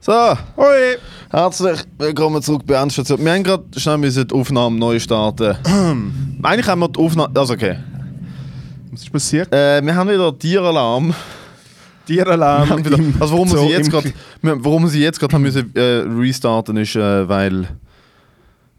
So, Hoi! herzlich willkommen zurück bei Endstation. Wir haben gerade schnell müssen die Aufnahme neu starten. Eigentlich haben wir die Aufnahme. Also, okay. Was ist passiert? Äh, wir haben wieder Tieralarm. Wir Tieralarm. haben wieder, im also, warum wir Zoo, sie jetzt im gerade. Ki- wir- Warum wir sie jetzt gerade haben müssen äh, restarten, ist, äh, weil.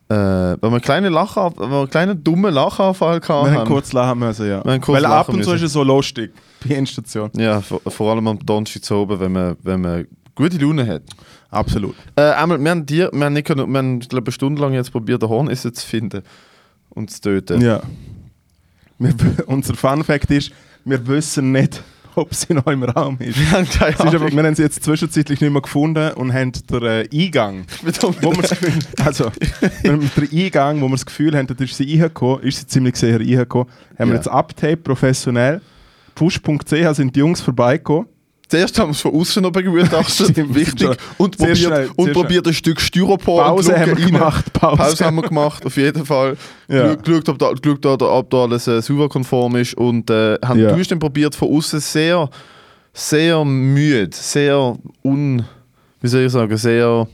Äh, weil wir einen kleinen, Lachan- weil wir einen kleinen dummen Lachanfall Wir hatten. haben kurz lachen müssen, ja. Wir haben kurz Weil ab lachen und zu ist müssen. es so lustig. Bei Endstation. Ja, vor, vor allem am Donnerstag zu oben, wenn man, wenn man gute Laune hat. Absolut. Äh, einmal, wir haben dir, wir haben nicht können, wir haben, ich glaube, eine Stunde lang jetzt probiert, den Hornisse zu finden und zu töten. Ja. Wir, w- unser Funfact ist, wir wissen nicht, ob sie noch im Raum ist. Wir haben keine Sie ist aber, Ahnung. wir haben sie jetzt zwischenzeitlich nicht mehr gefunden und haben den äh, Eingang, wo wir das Gefühl, also wir haben den Eingang, wo wir das Gefühl haben, da ist sie reingekommen, ist sie ziemlich sicher reingekommen, haben Ja. wir jetzt abtaped, professionell. Push.ch sind die Jungs vorbeigekommen. Zuerst haben wir es von außen noch begutachtet, Stimmt, wichtig, schon. und Sehr probiert, schnell, und sehr probiert ein Stück Styropor Pause Oh, und haben wir Glucke rein. gemacht. Pause. Pause haben wir gemacht, auf jeden Fall. Ja. Ja. Geschaut, ob da, geschaut, ob da- ob da alles äh, sauberkonform ist und äh, haben Ja. du hast dann probiert, von außen sehr, sehr müde, sehr un... wie soll ich sagen, sehr...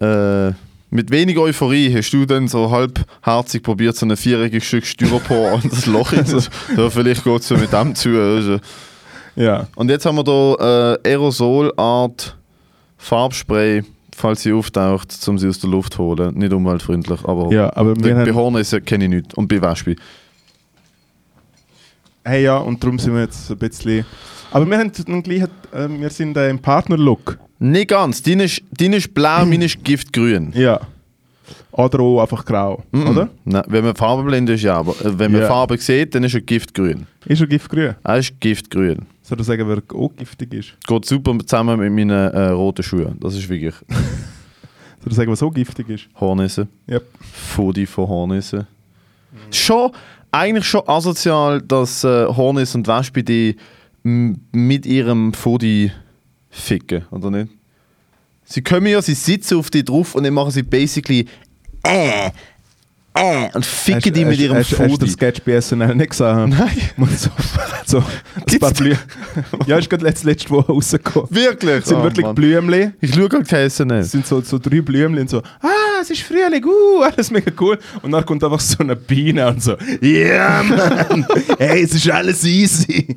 Äh, mit wenig Euphorie hast du dann so halbherzig probiert, so ein vierjähriges Stück Styropor an das Loch hin. zu- Ja, vielleicht geht es ja mit dem zu. Also. Ja. Und jetzt haben wir hier äh, Aerosolart Farbspray, falls sie auftaucht, um sie aus der Luft zu holen. Nicht umweltfreundlich, aber Ja, aber wir bei haben, Hornissen kenne ich nicht. Und bei Wespe. hey, ja, und darum sind wir jetzt ein bisschen. Aber wir haben dann gleich, äh, wir sind äh, im Partner-Look. Nicht ganz. Deine ist, deine ist blau, meine ist giftgrün. Ja. Mhm. Oder auch einfach grau, oder? Nein, wenn man farbenblind ist, ja. Aber äh, wenn man Ja. Farbe sieht, dann ist er giftgrün. Ist er giftgrün? Er ist giftgrün. Soll ich sagen, wer auch giftig ist? Geht super zusammen mit meinen äh, roten Schuhen. Das ist wirklich Soll ich sagen, was auch giftig ist? Hornisse. Ja. Fudi von Hornissen. Schon, eigentlich schon asozial, dass äh, Hornis und Wespe die m- mit ihrem Fudi ficken, oder nicht? Sie kommen ja, sie sitzen auf die drauf und dann machen sie basically äh, äh und ficken Hast- die mit hast- ihrem hast- Hast du den Fudi. Sketch bei SNL nicht gesehen? Nein. so, so ein paar Gibt's- Blü ja, ist gerade letzte, letzte Woche rausgekommen. Wirklich? Es sind Oh, wirklich Mann. Blümchen. Ich schaue halt kein SNL. Es sind so, so drei Blümchen und so, ah, es ist Frühling, uh, alles mega cool. Und dann kommt einfach so eine Biene und so, yeah, Mann, hey, es ist alles easy.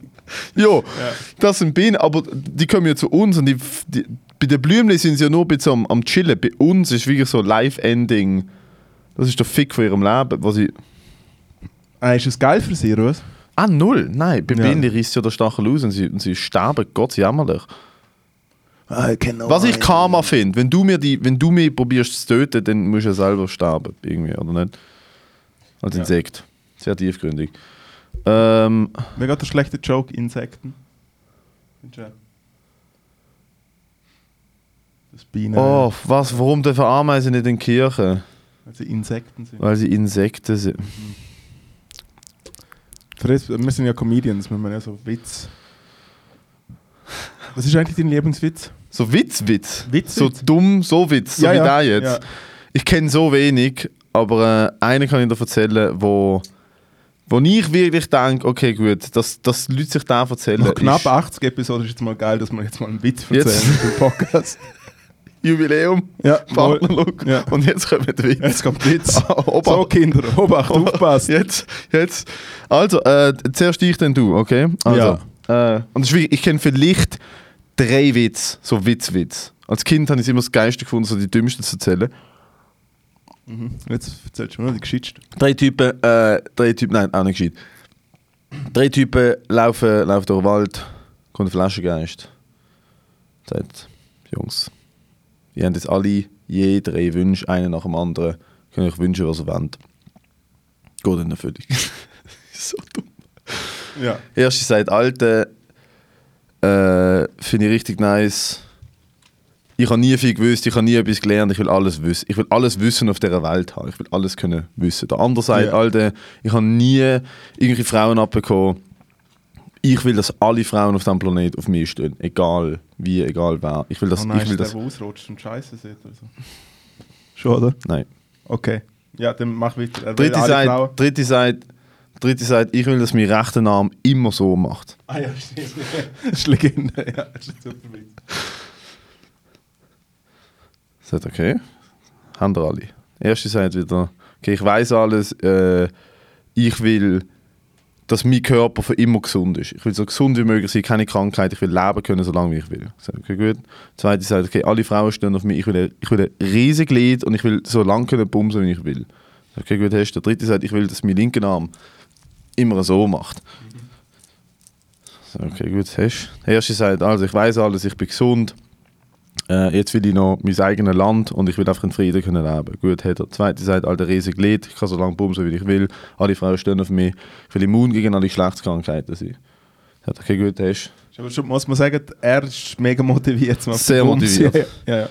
Jo, das sind Bienen, aber die kommen ja zu uns und die, die, bei den Blümchen sind sie ja nur bis am, am Chillen. Bei uns ist wirklich so Live-Ending. Das ist der Fick von ihrem Leben. Was ich Ah, ist es geil für sie, oder was? ah, null. Nein, bei Ja. Bienen reißt ja der Stachel aus und sie, und sie sterben Gott jämmerlich. Ah, ich kenne Was ich Karma finde, wenn du mir die, wenn du mich probierst zu töten, dann musst du ja selber sterben, irgendwie, oder nicht? Als Insekt. Sehr tiefgründig. Ähm, Mir geht der schlechte Joke, Insekten. Findest du? Das Bienen, oh, was, warum dürfen Ameisen nicht in die Kirche? weil sie also Insekten sind. Weil sie Insekten sind. Für das, wir sind ja Comedians, wir machen ja so Witz. Was ist eigentlich dein Lieblingswitz? So Witz-Witz. Witz, So Witz. dumm, so Witz, so Ja, wie ja, der jetzt. ja. Ich kenne so wenig, aber äh, einen kann ich dir erzählen, wo, wo ich wirklich denke, okay gut, dass, dass die Leute sich da erzählen. Nach knapp ist 80 Episoden ist jetzt mal geil, dass wir jetzt mal einen Witz Jetzt. erzählen im Podcast. Jubiläum, Ja, voll. Partnerlook Ja. und jetzt kommt der Witz. Jetzt kommt Witz. Opa. Ah, So, Kinder, Obacht, aufpasst. Jetzt, jetzt. Also, äh, zuerst ich, dann du, okay? Also, äh, und das ist wirklich, ich kenne vielleicht drei Witze, so Witz-Witz. Als Kind habe ich es immer das Geiste gefunden, so die dümmsten zu erzählen. Jetzt erzählst du mir noch die Geschichte. Drei Typen, äh, drei Typen, nein, auch nicht gescheit. Drei Typen laufen, laufen durch den Wald, kommt ein Flaschengeist. Sagt, Jungs, ihr habt jetzt alle je drei Wünsche, einen nach dem anderen. Könnt euch wünschen, was ihr wollt. Geht in Erfüllung. so dumm. Ja. Erste sagt, Alte, äh, finde ich richtig nice. Ich habe nie viel gewusst, ich habe nie etwas gelernt, ich will alles wissen. Ich will alles wissen auf dieser Welt haben, ich will alles können wissen. Der andere sagt, Ja. Alte, ich habe nie irgendwelche Frauen abbekommen. Ich will, dass alle Frauen auf diesem Planeten auf mich stehen, egal wie, egal wer. Ich will das, oh nein, ich will ist das. der, der ausrutscht und Scheiße sieht oder so. Schon, oder? Nein. Okay. Ja, dann mach weiter. Er will Dritte alle sagt, Frauen- dritte sagt, dritte sagt, ich will, dass mein rechter Arm immer so macht. Ah ja, stimmt. das ist Legende. Ja, das ist ein super Witz. Sagt, okay, haben wir alle. Erste sagt wieder, okay, ich weiß alles, äh, ich will, dass mein Körper für immer gesund ist. Ich will so gesund wie möglich sein, keine Krankheit, ich will leben können, so lange wie ich will. Sagt, okay, gut. Zweite sagt, okay, alle Frauen stehen auf mich, ich will, ein- ich will ein riesiges Glied und ich will so lange können bumsen, wie ich will. Sagt, okay, gut, hast du. Der dritte sagt, ich will, dass mein linker Arm immer so macht. So, okay, gut, hast du. Der erste sagt, also ich weiß alles, ich bin gesund. Äh, jetzt will ich noch mein eigenes Land und ich will einfach in Frieden können leben. Gut, hat der zweite sagt, alter riesig Lied, ich kann so lange bumsen, wie ich will. Alle Frauen stehen auf mich. Ich will immun gegen alle Geschlechtskrankheiten sein. Sagt, okay, gut, hast du. Aber schon muss man sagen, er ist mega motiviert. zum Sehr Bums. motiviert. Ja, ja.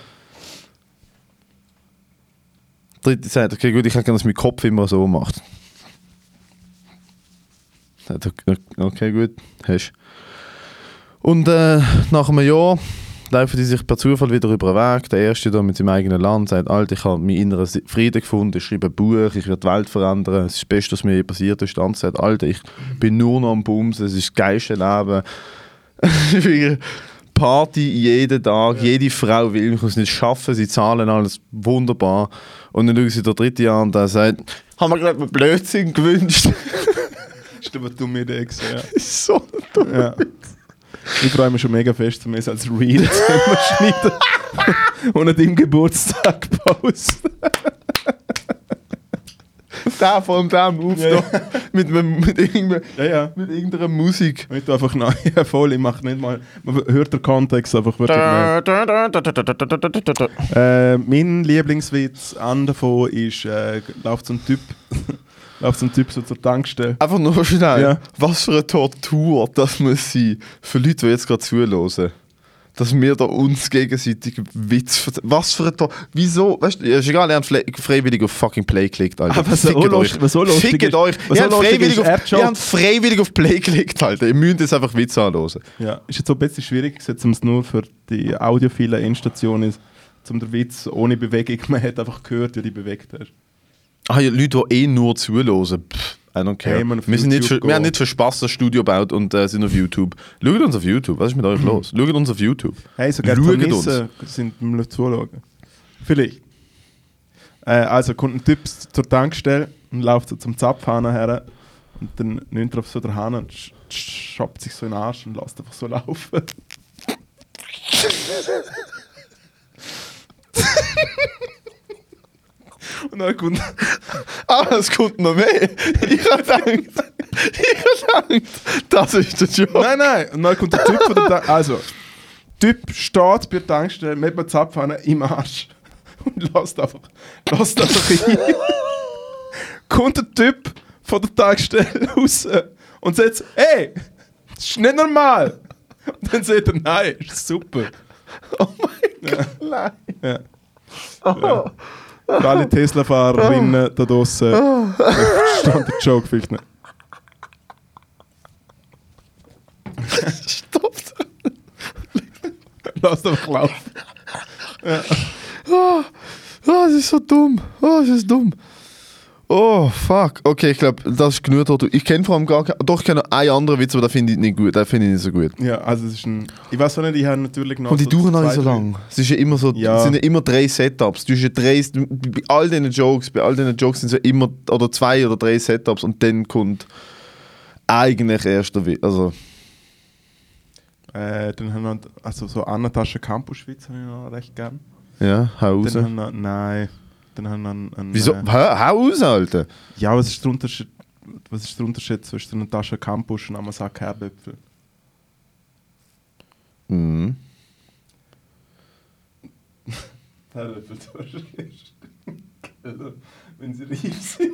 Der dritte sagt, okay, gut, ich hätte gerne, dass mein Kopf immer so macht. Sagt, okay, okay, gut, hast du. Und äh, nach einem Jahr laufen die sich per Zufall wieder über den Weg. Der erste da mit seinem eigenen Land sagt, Alter, ich habe meinen inneren Si- Frieden gefunden, ich schreibe ein Buch, ich werde die Welt verändern, es ist das Beste, was mir je passiert ist. Der andere sagt, Alter, ich bin nur noch am Bumsen, es ist das geilste Leben. Wirklich Party jeden Tag, jede Frau will, ich muss nicht schaffen, sie zahlen alles wunderbar. Und dann schauen sie der dritte an und der sagt, haben wir gerade mal Blödsinn gewünscht. Ist aber dumme Idee gewesen, so ja. ja. Ich freue mich schon mega fest, um es als Reel zu können schneiden und an deinem Geburtstag posten. der von dem auf Ja, ja. mit, einem- mit, irgendeiner, Ja, ja. mit irgendeiner Musik. Wenn du einfach neu, ja, voll, ich mache nicht mal, man hört den Kontext einfach wirklich nicht. Nein, Äh, mein Lieblingswitz an davon ist, äh, läuft so ein Typ, läuft so ein Typ so zur Tankstelle. Einfach nur schnell. Ja. Was für eine Tortur das muss sein für Leute, die jetzt gerade zuhören. Dass wir da uns gegenseitig Witz verze- Was für eine Tortur. Wieso? Weißt du, ist egal, ihr habt fle- freiwillig auf fucking Play geklickt, Alter. Aber was so Fickt lustig- euch. was so lustig Fickt ist- euch. was Ihr so habt lustig freiwillig ist, auf- er hat schon- ihr habt freiwillig auf Play geklickt, Alter. Ihr müsst jetzt einfach Witz anhören. Ja, ist jetzt so ein bisschen schwierig gesetzt, um es nur für die audiophilen Endstation ist, um den Witz ohne Bewegung, man hat einfach gehört, wie du dich bewegt hast. Ah ja, Leute, die eh nur zuhören. Pff, I don't care. Hey, man, auf wir, sind nicht YouTube für, wir haben gehen. nicht für Spaß das Studio gebaut und äh, sind auf YouTube. Schaut uns auf YouTube. Was ist mit euch los? Schaut uns auf YouTube. Hey, sogar die Schaut Hornissen sind beim Zuschauen. Vielleicht. Äh, also kommt ein Typ zur Tankstelle und läuft so zum Zapfhahn her und dann nimmt er auf so den Hahn und sch- sch- schabt sich so in den Arsch und lässt einfach so laufen. und dann kommt Ah, es kommt noch mehr. Ich habe gedacht, ich habe gedacht, das ist der Job. Nein, nein, und dann kommt der Typ von der Tankstelle. Also, Typ steht bei der Tankstelle mit einer Zapfhahn im Arsch und lässt einfach, lässt einfach rein. kommt der Typ von der Tankstelle raus und sagt: Ey, das ist nicht normal. Und dann sagt er: Nein, ist super. Oh mein Gott, nein. Oh. Ja. Ja. Für alle Tesla-Fahrerinnen da draußen stand der Joke vielleicht nicht. Stopp. Lasst einfach laufen. Ah, ah, es ist so dumm. Ah, es ist dumm. Oh, fuck. Okay, ich glaube, das ist genug. Tortur. Ich kenne vor allem gar keinen. Doch, ich kenne noch einen anderen Witz, aber den finde ich nicht gut. Den finde ich nicht so gut. Ja, also es ist ein. Ich weiß auch nicht, ich habe natürlich noch. Und die so dauern alle zwei, so drei- lang. Es ist ja immer so, Ja. es sind ja immer drei Setups. Du hast ja drei, bei all diesen Jokes, bei all diesen Jokes sind es ja immer oder zwei oder drei Setups und dann kommt eigentlich erst der Witz. Also, Äh, dann haben wir also so Annataschen Campus-Schweiz habe ich noch recht gern. ja, hau raus. Dann haben wir, nein, dann haben wir einen, einen, Wieso? Äh, Hä? Hau raus, Alter. ja, was ist der Unterschied, was ist der Unterschied zwischen einer Tasche Campus und einem Sack Herdöpfel? Mhm. Herdöpfel zum Beispiel ist Keller, Also, wenn sie reif sind.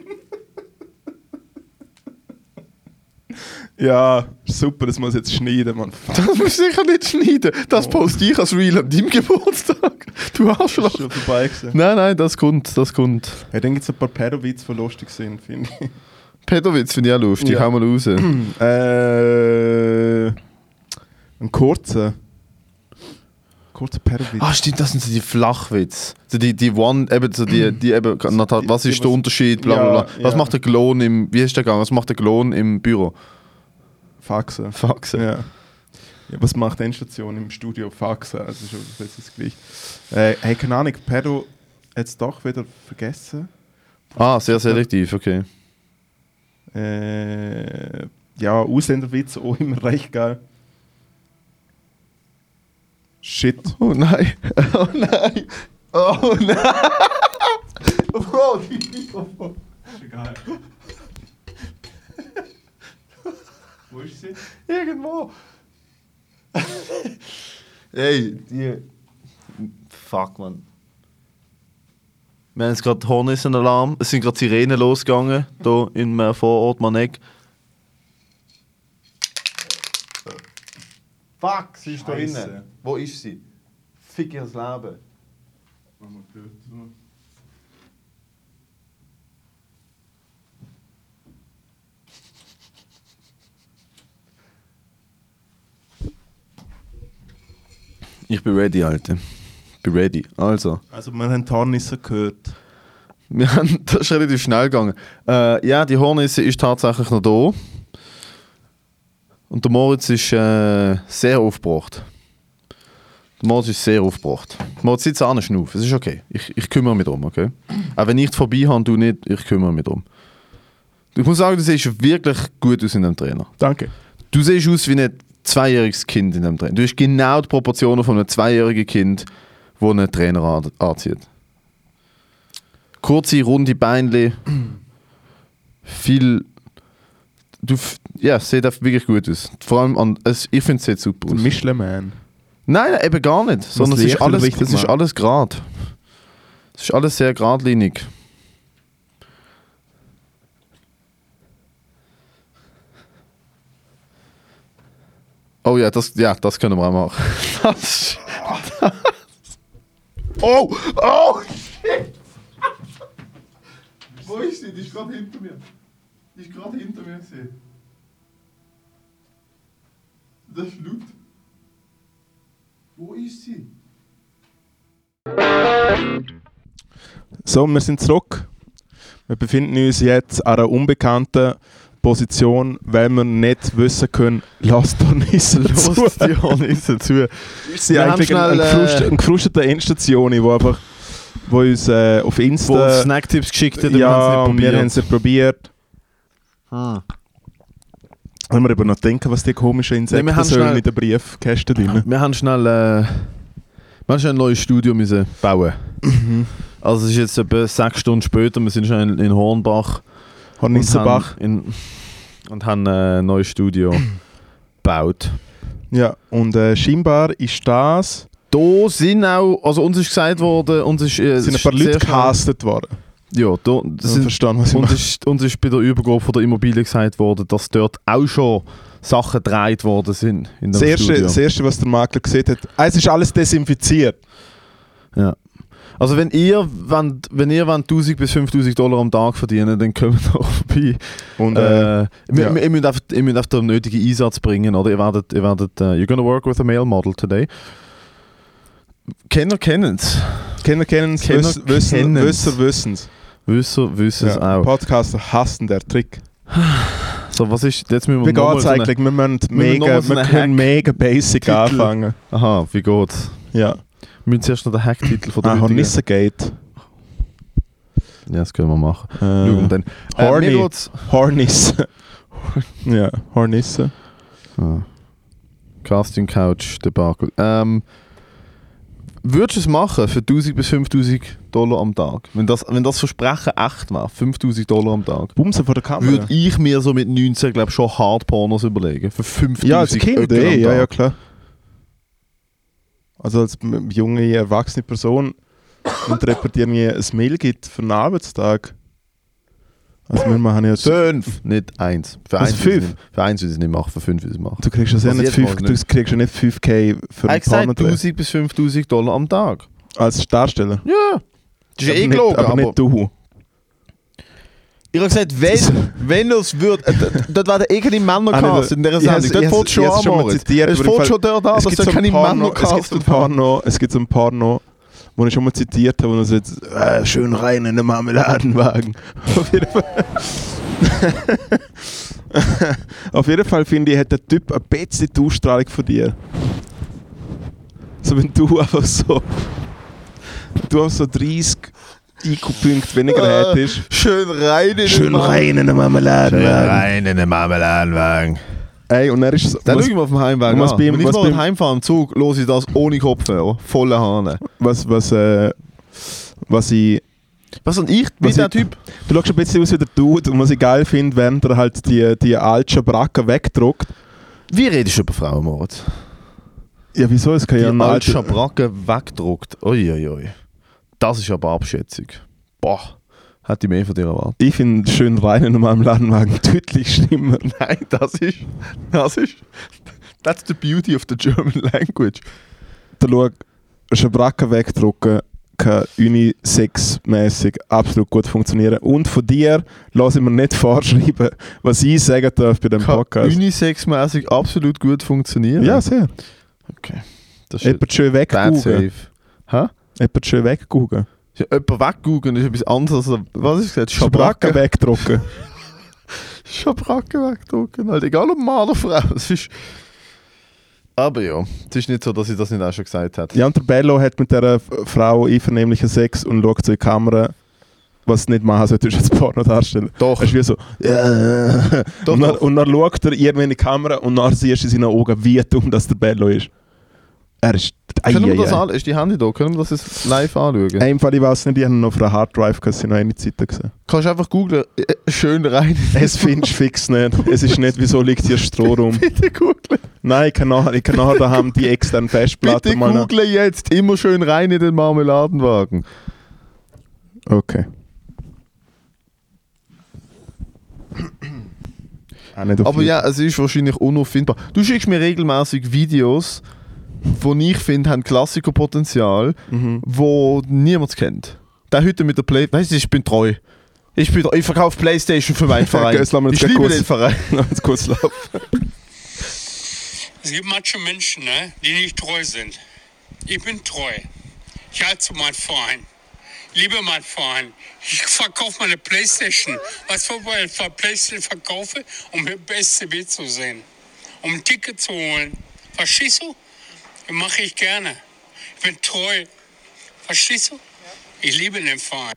ja, super, das muss jetzt schneiden, man. Das musst du sicher nicht schneiden. Das poste ich als Real an deinem Geburtstag. Du Arschloch. Schon vorbei gewesen. Nein, nein, das kommt, das kommt. Ja, dann gibt es ein paar Pedowitz, die lustig sind, finde ich. Pedowitz finde ich auch lustig. Ja. Hau mal raus. Äh, ein kurzer. Kurzer Perwitz. Ah, stimmt, das sind so die Flachwitze. So die, die One, eben, so die, Mm. die eben, Natal, die- was ist die, der was- Unterschied, bla bla Ja, bla. Was ja. macht der Klon im, wie ist der Gang, was macht der Klon im Büro? Faxen. Faxen. Ja. Ja, was macht Endstation im Studio Faxen? Also schon das ist gleich. Äh, hey, keine Ahnung, Pedro jetzt doch wieder vergessen. Ah, sehr selektiv, okay. Äh, ja, Ausländerwitz oh, auch immer recht geil. Shit. Oh nein. Oh nein. Oh nein. Bro, die Mikrofon. Ist egal. Wo ist sie? Irgendwo. Ey, die. Fuck, man. Wir haben jetzt gerade Hornissen-Alarm. Es sind gerade Sirenen losgegangen, hier im äh, Vorort Manek. Fuck, sie ist da Scheiße. drinnen. Wo ist sie? Fick ihrs Leben. Ich bin ready, Alter. Bin ready. Also. Also, wir haben Tarnisse gehört. Wir haben, das ist relativ schnell gegangen. Äh, ja, die Hornisse ist tatsächlich noch da. Und der Moritz ist äh, sehr aufgebracht. Der Moritz ist sehr aufgebracht. Der Moritz sitzt an Schnuff, es ist okay. Ich, ich kümmere mich drum, okay? Auch wenn ich vorbei habe und du nicht, ich kümmere mich drum. Ich muss sagen, du siehst wirklich gut aus in dem Trainer. Danke. Du siehst aus wie ein zweijähriges Kind in dem Trainer. Du hast genau die Proportionen von einem zweijährigen Kind, wo einen Trainer an- anzieht. Kurze, runde Beinli, viel. Du, f- ja, sieht einfach wirklich gut aus. Vor allem, an, es, ich finde es sieht super aus. Nein, Michelin-Man. nein, eben gar nicht. Sondern es Licht ist oder alles, richtig es ist machen? alles gerade. Es ist alles sehr geradlinig. Oh ja, das, ja, das können wir auch machen. Das, Oh! Oh! Shit! Wo ist sie? Die ist gerade hinter mir. Die ist gerade hinter mir gesehen. Das ist laut. Wo ist sie? So, wir sind zurück. Wir befinden uns jetzt an einer unbekannten Position, weil wir nicht wissen können, lasst doch nicht los. die Hornisse zu. Ist sie Wir eigentlich haben schnell, ein, ein, äh, gefrust- ein gefrusteter Endstation, wo einfach wo uns äh, auf Wo uns Insta Snacktipps geschickt hat, ja, und und wir Ah. haben es nicht nicht probiert. probiert. Wenn wir aber noch denken, was die komischen Insekten wir haben sollen schnell- in der Briefkästen drin. Wir haben schnell, äh, wir haben schnell ein neues Studio müssen bauen. Mhm. Also es ist jetzt etwa sechs Stunden später, wir sind schon in, in Hornbach. und Hornissenbach. haben in- Und haben äh, ein neues Studio gebaut. Ja, und äh, scheinbar ist das, Da sind auch, also uns ist gesagt worden, uns ist... Äh, sind ein es paar ist Leute sehr schnell- gecastet worden. Ja, da Ich sind verstehen, was ich Uns meine. ist, uns ist bei der Übergabe von der Immobilie gesagt worden, dass dort auch schon Sachen gedreht worden sind. In dem Das erste, Studio. das erste, was der Makler gesehen hat, ah, es ist alles desinfiziert. Also wenn ihr, wenn, wenn ihr wollt 1000 bis 5000 Dollar am Tag verdienen, dann kommt doch vorbei. Und äh, Äh, wir- ja. wir- Ihr müsst einfach, ihr müsst einfach den nötigen Einsatz bringen, oder? Ihr werdet, ihr werdet, äh, you're gonna work with a male model today. Kenner kennen es. Kenner kennen es, Kenner Wiss- wissen kennen's. Wisser wissen es. Wisser wissen es Ja, auch. Podcaster hassen der Trick. So, was ist, jetzt müssen wir Wie nochmal geht's so eine- eigentlich? Wir, müssen müssen mega, nochmal so wir einen können mega basic Titel. anfangen. Aha, wie geht's? Ja. Wir müssen zuerst noch den Hacktitel von der Ah, heutigen- Hornissengate. Ja, das können wir machen. Schauen wir Äh, dann. Äh, Horny. mir geht's- Hornisse. ja, Hornisse. Ah. Casting Couch Debakel. Ähm, würdest du es machen für 1000 bis 5000 Dollar am Tag? Wenn das, wenn das Versprechen echt war, 5000 Dollar am Tag, Bumsen vor der Kamera. würde ich mir so mit 19, glaube schon Hard Pornos überlegen. Für 5000 ja, als Kind, Öcken am eh, ja, ja, Tag. klar. Also als m- junge, erwachsene Person und repetieren mir ein Mail gibt für einen Arbeitstag. Also wir machen ja... Du Fünf, nicht eins. Für Was, eins würde ich Also fünf? es nicht- für eins würde ich es nicht machen, für fünf würde ich es machen. kriegst ja sehr Also nicht jetzt 5, mach's du nicht. kriegst ja nicht 5k für Ich einen gesagt, Pornodreh. 1000 bis 5000 Dollar am Tag. Als Darsteller. Ja. Das ist Aber eh nicht- gelogen, aber nicht du. Ich habe gesagt, wenn, wenn er es würde, äh, d- dort werden eh keine Männer Ah, nicht, gecastet in dieser ich has- Sendung. Dort ich fängt has- schon ich has an, schon mal Moritz. zitiert, Es Ah, aber im fängt Fall- schon dort an, Es dass gibt dort so ein keine paar Männer noch- es gibt so ein gecastet paar werden. noch, es gibt so ein paar noch, wo ich schon mal zitiert habe, wo er so jetzt äh, schön rein in den Marmeladenwagen. Auf jeden Fall. Auf jeden Fall finde ich, hat der Typ ein bisschen die Ausstrahlung von dir. So wenn du einfach so. Du hast so 30 IQ-Punkte weniger hättest. Schön rein in den Markt. in den Schön Marmeladenwagen. rein in den Marmeladenwagen. Ey, und er ist so. Dann was, schauen wir auf dem Heimweg Und was an. beim- Wenn ich was mal beim- heimfahre im Zug, los ich das ohne Kopfhörer, volle Hahn. was, was, äh, was ich. Was und ich bin Was der ich- Typ? Du schaust ein bisschen aus wie der Dude und was ich geil finde, während er halt die, die alte Schabracke wegdruckt. Wie redest du über Frauenmord? Ja, wieso? Es kann Die ja ja, ein alte alter- Schabracke weggedruckt. Uiuiui. Das ist aber Abschätzung. Boah, hätte ich mehr von dir erwartet. Ich finde schön rein in meinem Ladenwagen deutlich schlimmer. Nein, das ist. Das ist. That's the beauty of the German language. Da schau, Schabracke wegdrucken kann unisexmäßig absolut gut funktionieren. Und von dir lasse ich mir nicht vorschreiben, was ich sagen darf bei dem Kann Podcast. unisexmäßig absolut gut funktionieren. Ja, sehr. das ist Jemand schön bad weggoogeln. safe. Hä? Jemand schön weggoogeln. Ja, jemand weggoogeln ist etwas anderes. als- Was ist gesagt? Schabracke wegdrucken. Schabracke wegdrucken, halt. Egal ob Mann oder Frau. Es ist. Aber ja, es ist nicht so, dass ich das nicht auch schon gesagt hätte. Ja, und der Bello hat mit dieser F- Frau einvernehmlichen Sex und schaut so in die Kamera, was sie nicht machen sollte, ist als Porno darstellen. Doch. Er ist wie so, äh, Doch, und, dann, doch. und dann schaut er irgendwann in die Kamera und dann siehst du in seinen Augen, wie dumm das der Bello ist. Er ist, ei, Können wir ei, das ei. an? Ist die Handy da? Können wir das jetzt live anschauen? Ey, Im Fall, ich weiß nicht, ich habe ihn noch auf einer Harddrive gehabt, sind noch eine Zeiten gesehen. Kannst du einfach googeln, äh, schön rein. Es findest du fix nicht. Es ist nicht, wieso liegt hier Stroh rum. Bitte googeln. Nein, ich kann nachher, ich kann nachher daheim die externe Festplatte Bitte mal nach- googeln jetzt immer schön rein in den Marmeladenwagen. Okay. Auch nicht auf Aber YouTube. ja, es ist wahrscheinlich unauffindbar. Du schickst mir regelmäßig Videos, von ich finde, haben Klassikerpotenzial, wo niemand kennt. Der heute mit der Play. Weißt du, ich bin treu. Ich bin treu. Ich verkaufe Playstation für meinen Verein. Jetzt lassen wir ich jetzt liebe kurz- den Verein. Lass uns kurz laufen. Es gibt manche Menschen, ne, die nicht treu sind. Ich bin treu. Ich halte zu meinem Verein. Liebe meinen Verein. Ich verkaufe meine Playstation. Was für eine Ver- Playstation verkaufe, um im SCB zu sehen. Um ein Ticket zu holen. Verstehst du? Mache ich gerne. Ich bin treu. Verstehst du? Ich liebe den Verein.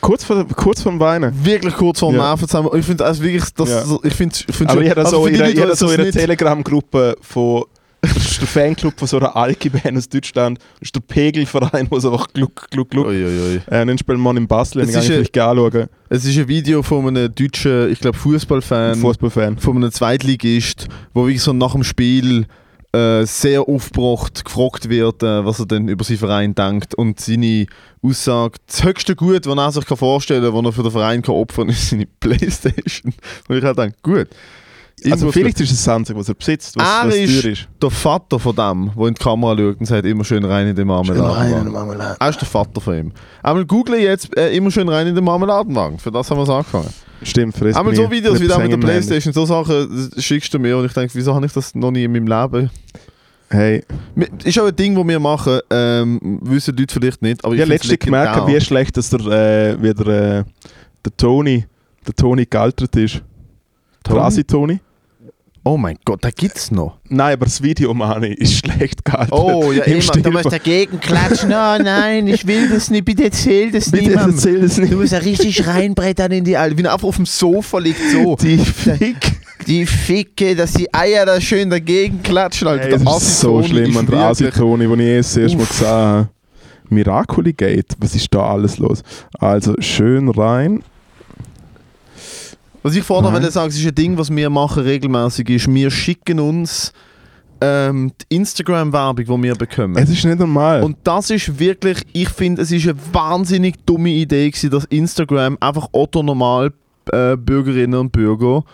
kurz, vor, kurz vorm Weinen. Wirklich kurz vor dem Ja. Nerven zusammen. Ich finde es wirklich. Das, Ja. so- Ich finde ich finde Aber schon- ich habe das also so für in die der, Leute, ich habe das die so in der nicht- Telegram-Gruppe von. Das ist der Fanclub von so einer Alki-Band aus Deutschland. Das ist der Pegelverein, wo es einfach gluck, gluck, gluck. Uiuiui. Äh, dann spielen wir in Basel, Oh Es dann kann ist ich ein- vielleicht anschauen. Es ist ein Video von einem deutschen, ich glaube, Fußballfan. Fußballfan. von einem Zweitligist, wo wirklich so nach dem Spiel äh, sehr aufgebracht gefragt wird, äh, was er denn über seinen Verein denkt und seine Aussage, das höchste Gut, was er sich kann vorstellen kann, was er für den Verein kann opfern kann, ist seine Playstation. Und ich halt denke, gut. Also Immer vielleicht ist es Samsung, was er besitzt, was, Ah, er was ist, teuer ist. der Vater von dem, der in die Kamera schaut und sagt, immer schön rein in den Marmeladenwagen. Er ist der Vater von ihm. Einmal google jetzt äh, immer schön rein in den Marmeladenwagen. Für das haben wir es angefangen. Stimmt, für Aber so Videos wie da mit der Playstation, so Sachen schickst du mir und ich denke, wieso habe ich das noch nie in meinem Leben? Hey, Mi- Ist auch ein Ding, das wir machen, ähm, wissen die Leute vielleicht nicht, aber ich ja, find's letztlich legendär. gemerkt, wie schlecht, dass der, äh, wie der, äh, der Tony, der Tony gealtert ist. Tony? Der Asi-Toni? Oh mein Gott, da gibt's noch. Oh, Nein, aber das Video, Mani, ist schlecht gealtert. Im Stil von- dagegen klatschen. Oh nein, ich will das nicht, bitte erzähl das Bitte erzähl das nicht. musst ja richtig reinbrettern in die Alte. Wie er einfach auf dem Sofa liegt, so. Die Fick. Die Ficke, dass die Eier da schön dagegen klatschen, Alter. Ey, das ist so Assi-Toni schlimm. Und der wirklich- Asi-Toni, den ich eh das erste Mal Uff. gesehen habe. Miraculi Gate, was ist da alles los? Also, schön rein. Was ich vorhin noch Nein. wollte sagen, es ist ein Ding, was wir machen regelmäßig ist, wir schicken uns ähm, die Instagram-Werbung, die wir bekommen. Es ist nicht normal. und das ist wirklich, ich finde, es ist eine wahnsinnig dumme Idee gewesen, dass Instagram einfach Otto normal äh, Bürgerinnen und Bürger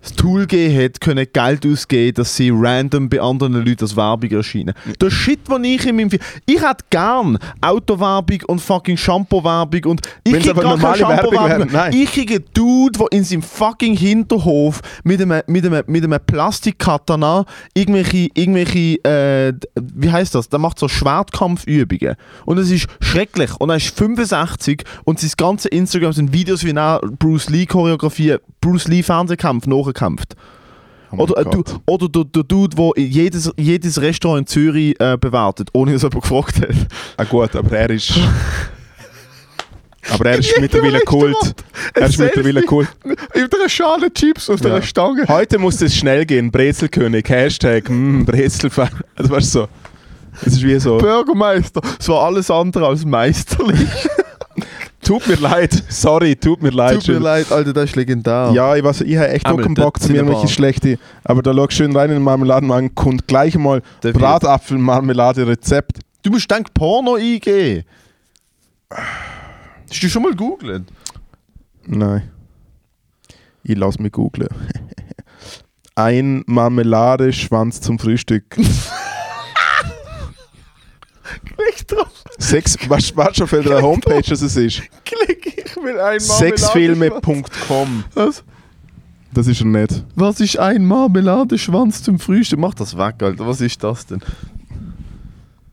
das Tool gegeben hat, können Geld ausgeben, dass sie random bei anderen Leuten als Werbung erscheinen. Der Shit, den ich in meinem Film... Ich hätte gern Autowerbung und fucking Shampoo-Werbung und... Ich Wenn's krieg aber gar keine normale Werbung Shampoo-Werbung wäre, mehr. nein. Ich kriege einen Dude, der in seinem fucking Hinterhof mit einem, mit einem, mit einem Plastikkatana irgendwelche, irgendwelche äh, wie heißt das? Der macht so Schwertkampfübungen. Und es ist schrecklich. Und er ist 65 und sein ganze Instagram sind Videos, wie er Bruce Lee Choreografie, Bruce Lee Fernsehkampf nachkämpft. Oh Oder, äh, du, oder der, der Dude, der jedes, jedes Restaurant in Zürich äh, bewertet, ohne dass jemand gefragt hat. Ah gut, aber er ist. aber er ist jedem mittlerweile Kult. Restaurant. Er ist Selfie. mittlerweile Kult. Über eine Schale Chips auf Ja. Heute muss es schnell gehen. Brezelkönig. Hashtag mm, Brezelfahr. Also weißt du so. Es ist wie so. Bürgermeister. Es war alles andere als meisterlich. Tut mir leid. Sorry, tut mir leid. Tut mir leid, Alter, das ist legendär. Ja, ich weiß, ich habe echt auch Emil, keinen das Bock zu sind mir aber- irgendwelche schlechte. Aber da schau schön rein in den Marmeladenwagen, kommt gleich mal Der wird- Bratapfel-Marmelade-Rezept. Du musst denk Porno eingeben. Hast du schon mal googelt? Nein. Ich lass mich googeln. Ein Marmeladeschwanz zum Frühstück. Klick drauf. Sechs, was, was schon für eine Homepage dass es ist? Klick, ich will ein Sechsfilme.com. Was? Das ist er nicht. Was ist ein Marmeladenschwanz zum Frühstück? Mach das weg, Alter. Was ist das denn?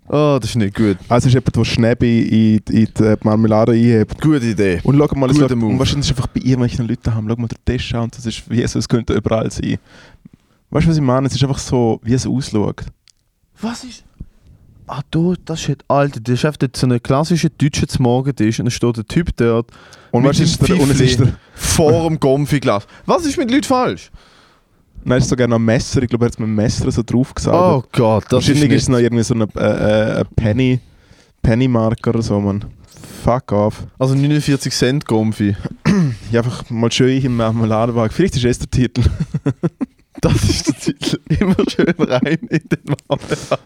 Oh, das ist nicht gut. Also ist jemand, der Schnäbi in, die- in die Marmelade einhebt. Gute Idee. Und schau mal, es Guter schaut- Move. und wahrscheinlich ist es einfach bei irgendwelchen Leuten haben. Schau mal den Tisch an und das ist wie so, es könnte überall sein. Weißt du, was ich meine? Es ist einfach so, wie es ausschaut. Was ist. Ah, du, das ist halt, Alter, das ist einfach so ein klassischer deutscher Morgentisch und dann steht der Typ dort. Und mit was ist seinem der- und es Pfiffli ist der- Vor dem Gomfiglas. Was ist mit Leuten falsch? Nein, es ist sogar noch ein Messer. Ich glaube, er hat mit dem Messer so drauf gesagt. Oh Gott, das ist Wahrscheinlich ist es nicht. noch irgendwie so ein äh, äh, ein Penny, Penny-Marker oder so, man. Fuck off. Also 49 Cent Gomfi. Ich einfach mal schön im Marmeladenwagen. Vielleicht ist es der Titel. Das ist der Titel. Immer schön rein in den Marmeladen.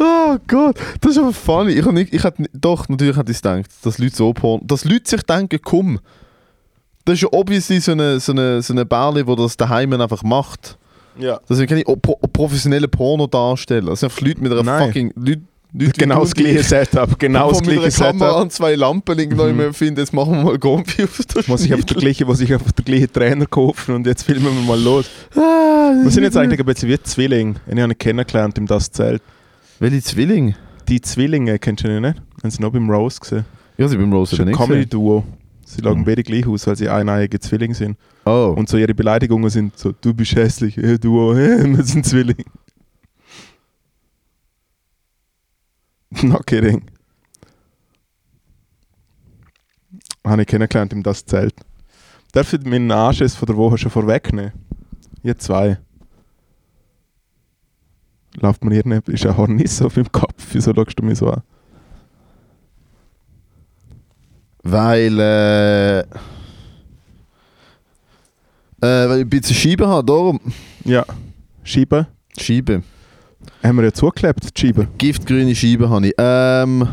Oh Gott, das ist aber funny. Ich hab nicht, ich hab, nicht- doch, natürlich hat ich es gedacht, dass Leute so porn. Dass Leute sich denken, komm. Das ist ja obviously so eine, so eine, so eine Bärli, die das daheim einfach macht. Ja. Das sind keine pro professionellen Pornodarsteller. Das sind einfach Leute mit einer Nein. fucking. Leute, Leute Genau das gleiche Setup. Genau das Aus mit gleiche einer Kamera Setup. und zwei Lampen irgendwo mhm. finden, jetzt machen wir mal Gompi auf der Muss ich einfach den gleichen, muss ich einfach den gleichen Trainer kaufen und jetzt filmen wir mal los. Ah, Wir sind jetzt eigentlich ein bisschen wie Zwilling. Ich habe ihn kennengelernt im Das Zelt. Welche Zwilling? Die Zwillinge, kennst du ihn nicht? Haben sie noch beim Rose gesehen. Ja, sie beim Rose Das ist ein Comedy-Duo. Sie lagen beide gleich aus, weil sie eineige Zwillinge sind. Oh. Und so ihre Beleidigungen sind so, du bist hässlich, äh, du, auch, äh, wir sind Zwilling. Not kidding. Habe ich kennengelernt im Das Zelt. Darf ich meinen Anschiss von der Woche schon vorwegnehmen? Ihr zwei. Läuft mir hier nicht, ist ein Horniss auf meinem Kopf, wieso schaust du mich so an? Weil. Äh, äh, weil ich ein bisschen Scheibe habe, darum. Ja. Scheibe? Scheibe. Haben wir ja zugeklebt, die Scheibe. Giftgrüne Scheibe habe ich. Ähm.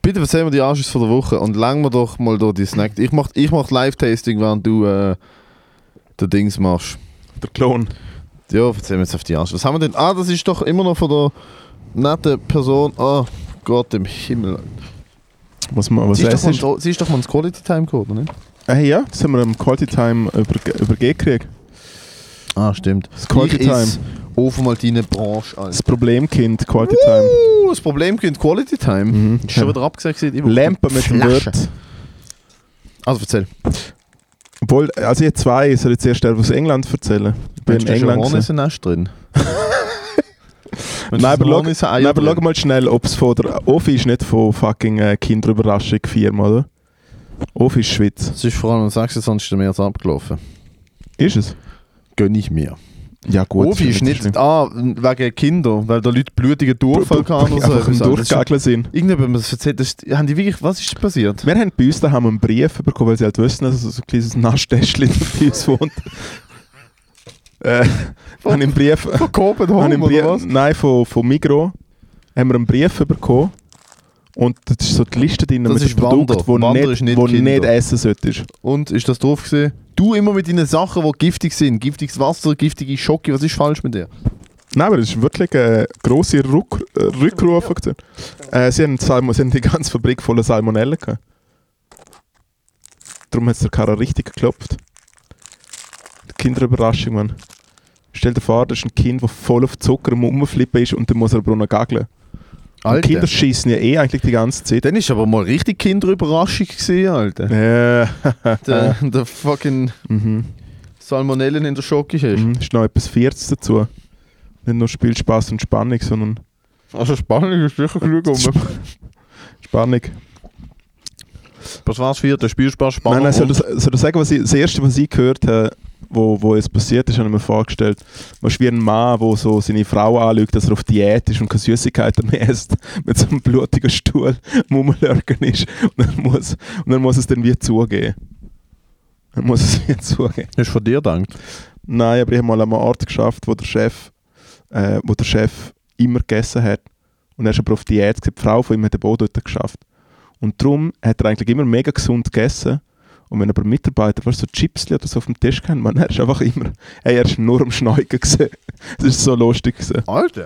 Bitte erzähl mir die Anschluss von der Woche und lang mir doch mal da die Snack. Ich mach, ich mach Live-Tasting, während du äh, den Dings machst. Der Klon. Ja, erzähl mir jetzt auf die Anschluss. Was haben wir denn? Ah, das ist doch immer noch von der netten Person. Ah, Gott im Himmel. Was, man, was Sie ist, doch essen mal, ist- ins- sie ist doch mal ins Quality Time gekommen, oder nicht? Hey, Ah, ja, das haben wir am Quality Time überge übergeben gekriegt. Ah, stimmt. Das Quality ich Time. esse Ofenmaltine-Branche, Alter. Das Problemkind, Quality Time. Uh, das Problem könnte Quality Time. Mhm. Ist schon wieder abgesagt. gewesen, ich brauche- Lampen mit dem Flasche. Wirt. Also erzähl. Obwohl, also ich habe zwei, ich soll jetzt erst etwas aus England erzählen. Ich bin Hast in du schon England. gewesen. Hornissennest drin? Nein, aber schau- Ah, Nein, aber schau mal. mal schnell, ob es von der... Ofi ist nicht von fucking äh, Kinderüberraschung-Firma, oder? Ofi ist Schweiz. Es ist vor allem am 26. März abgelaufen. Ist es? Gönn ich mir. Ja gut. Ofi ist nicht. Ah, wegen Kinder, weil da Leute blutigen Durchfall Vulkan kamen oder oder so. etwas. Das ist schon- Durchgageln sind. Irgendjemand hat mir das erzählt. Das ist, haben die wirklich, was ist passiert? Wir haben bei uns daheim einen Brief bekommen, weil sie halt wissen, dass so ein kleines Naststäschchen bei uns wohnt. äh, haben einen Brief... Verkoben Habe ich einen Brief, nein, von, von Migro haben wir einen Brief bekommen Und das ist so die Liste drin Das mit ist den Produkten, Wander. wo Wander nicht, ist nicht wo Kinder. nicht essen solltest. Und ist das drauf gesehen? Du immer mit deinen Sachen, die giftig sind. Giftiges Wasser, giftige Schocke. Was ist falsch mit dir? Nein, aber das ist wirklich eine grosse Rück äh, Rückrufaktion. Äh, sie, haben Salmo sie haben die ganze Fabrik voller Salmonellen gehabt. Darum hat es der Karre richtig geklopft. Die Kinderüberraschung, Mann. Stell dir vor, das ist ein Kind, das voll auf Zucker am Umflippen ist und dann muss er aber noch gageln. Und Alter. Kinder schießen ja eh eigentlich die ganze Zeit. Dann ist aber mal richtig Kinderüberraschung gesehen, Alter. Äh, Der, der fucking Salmonellen in der Schocke hast. mhm, ist noch etwas Viertes dazu. Nicht nur Spielspaß und Spannung, sondern Also Spannung ist sicher genug um. Spannung. Was war's für der Spielspaß Spannung? Nein, nein, soll und- ich, soll ich sagen, was ich, das Erste, was ich gehört habe, wo, wo es passiert ist, habe ich mir vorgestellt, man ist wie ein Mann, der so seine Frau anlügt, dass er auf Diät ist und keine Süßigkeiten mehr isst, mit so einem blutigen Stuhl rumlurken ist und dann, muss, und dann muss es dann wie zugeben. Dann muss es wie zugeben. Hast du von dir gedacht? Nein, aber ich habe mal an einem Ort geschafft, wo der Chef, äh, wo der Chef immer gegessen hat. Und er ist aber auf Diät. gewesen. Die Frau von ihm hat eben auch dort geschafft. Und darum hat er eigentlich immer mega gesund gegessen. Und wenn aber Mitarbeiter weißt, du, so Chips oder so auf dem Tisch kennen, man, er ist einfach immer, hey, er ist nur am Schneugen gesehen. Das ist so lustig gewesen. Alter.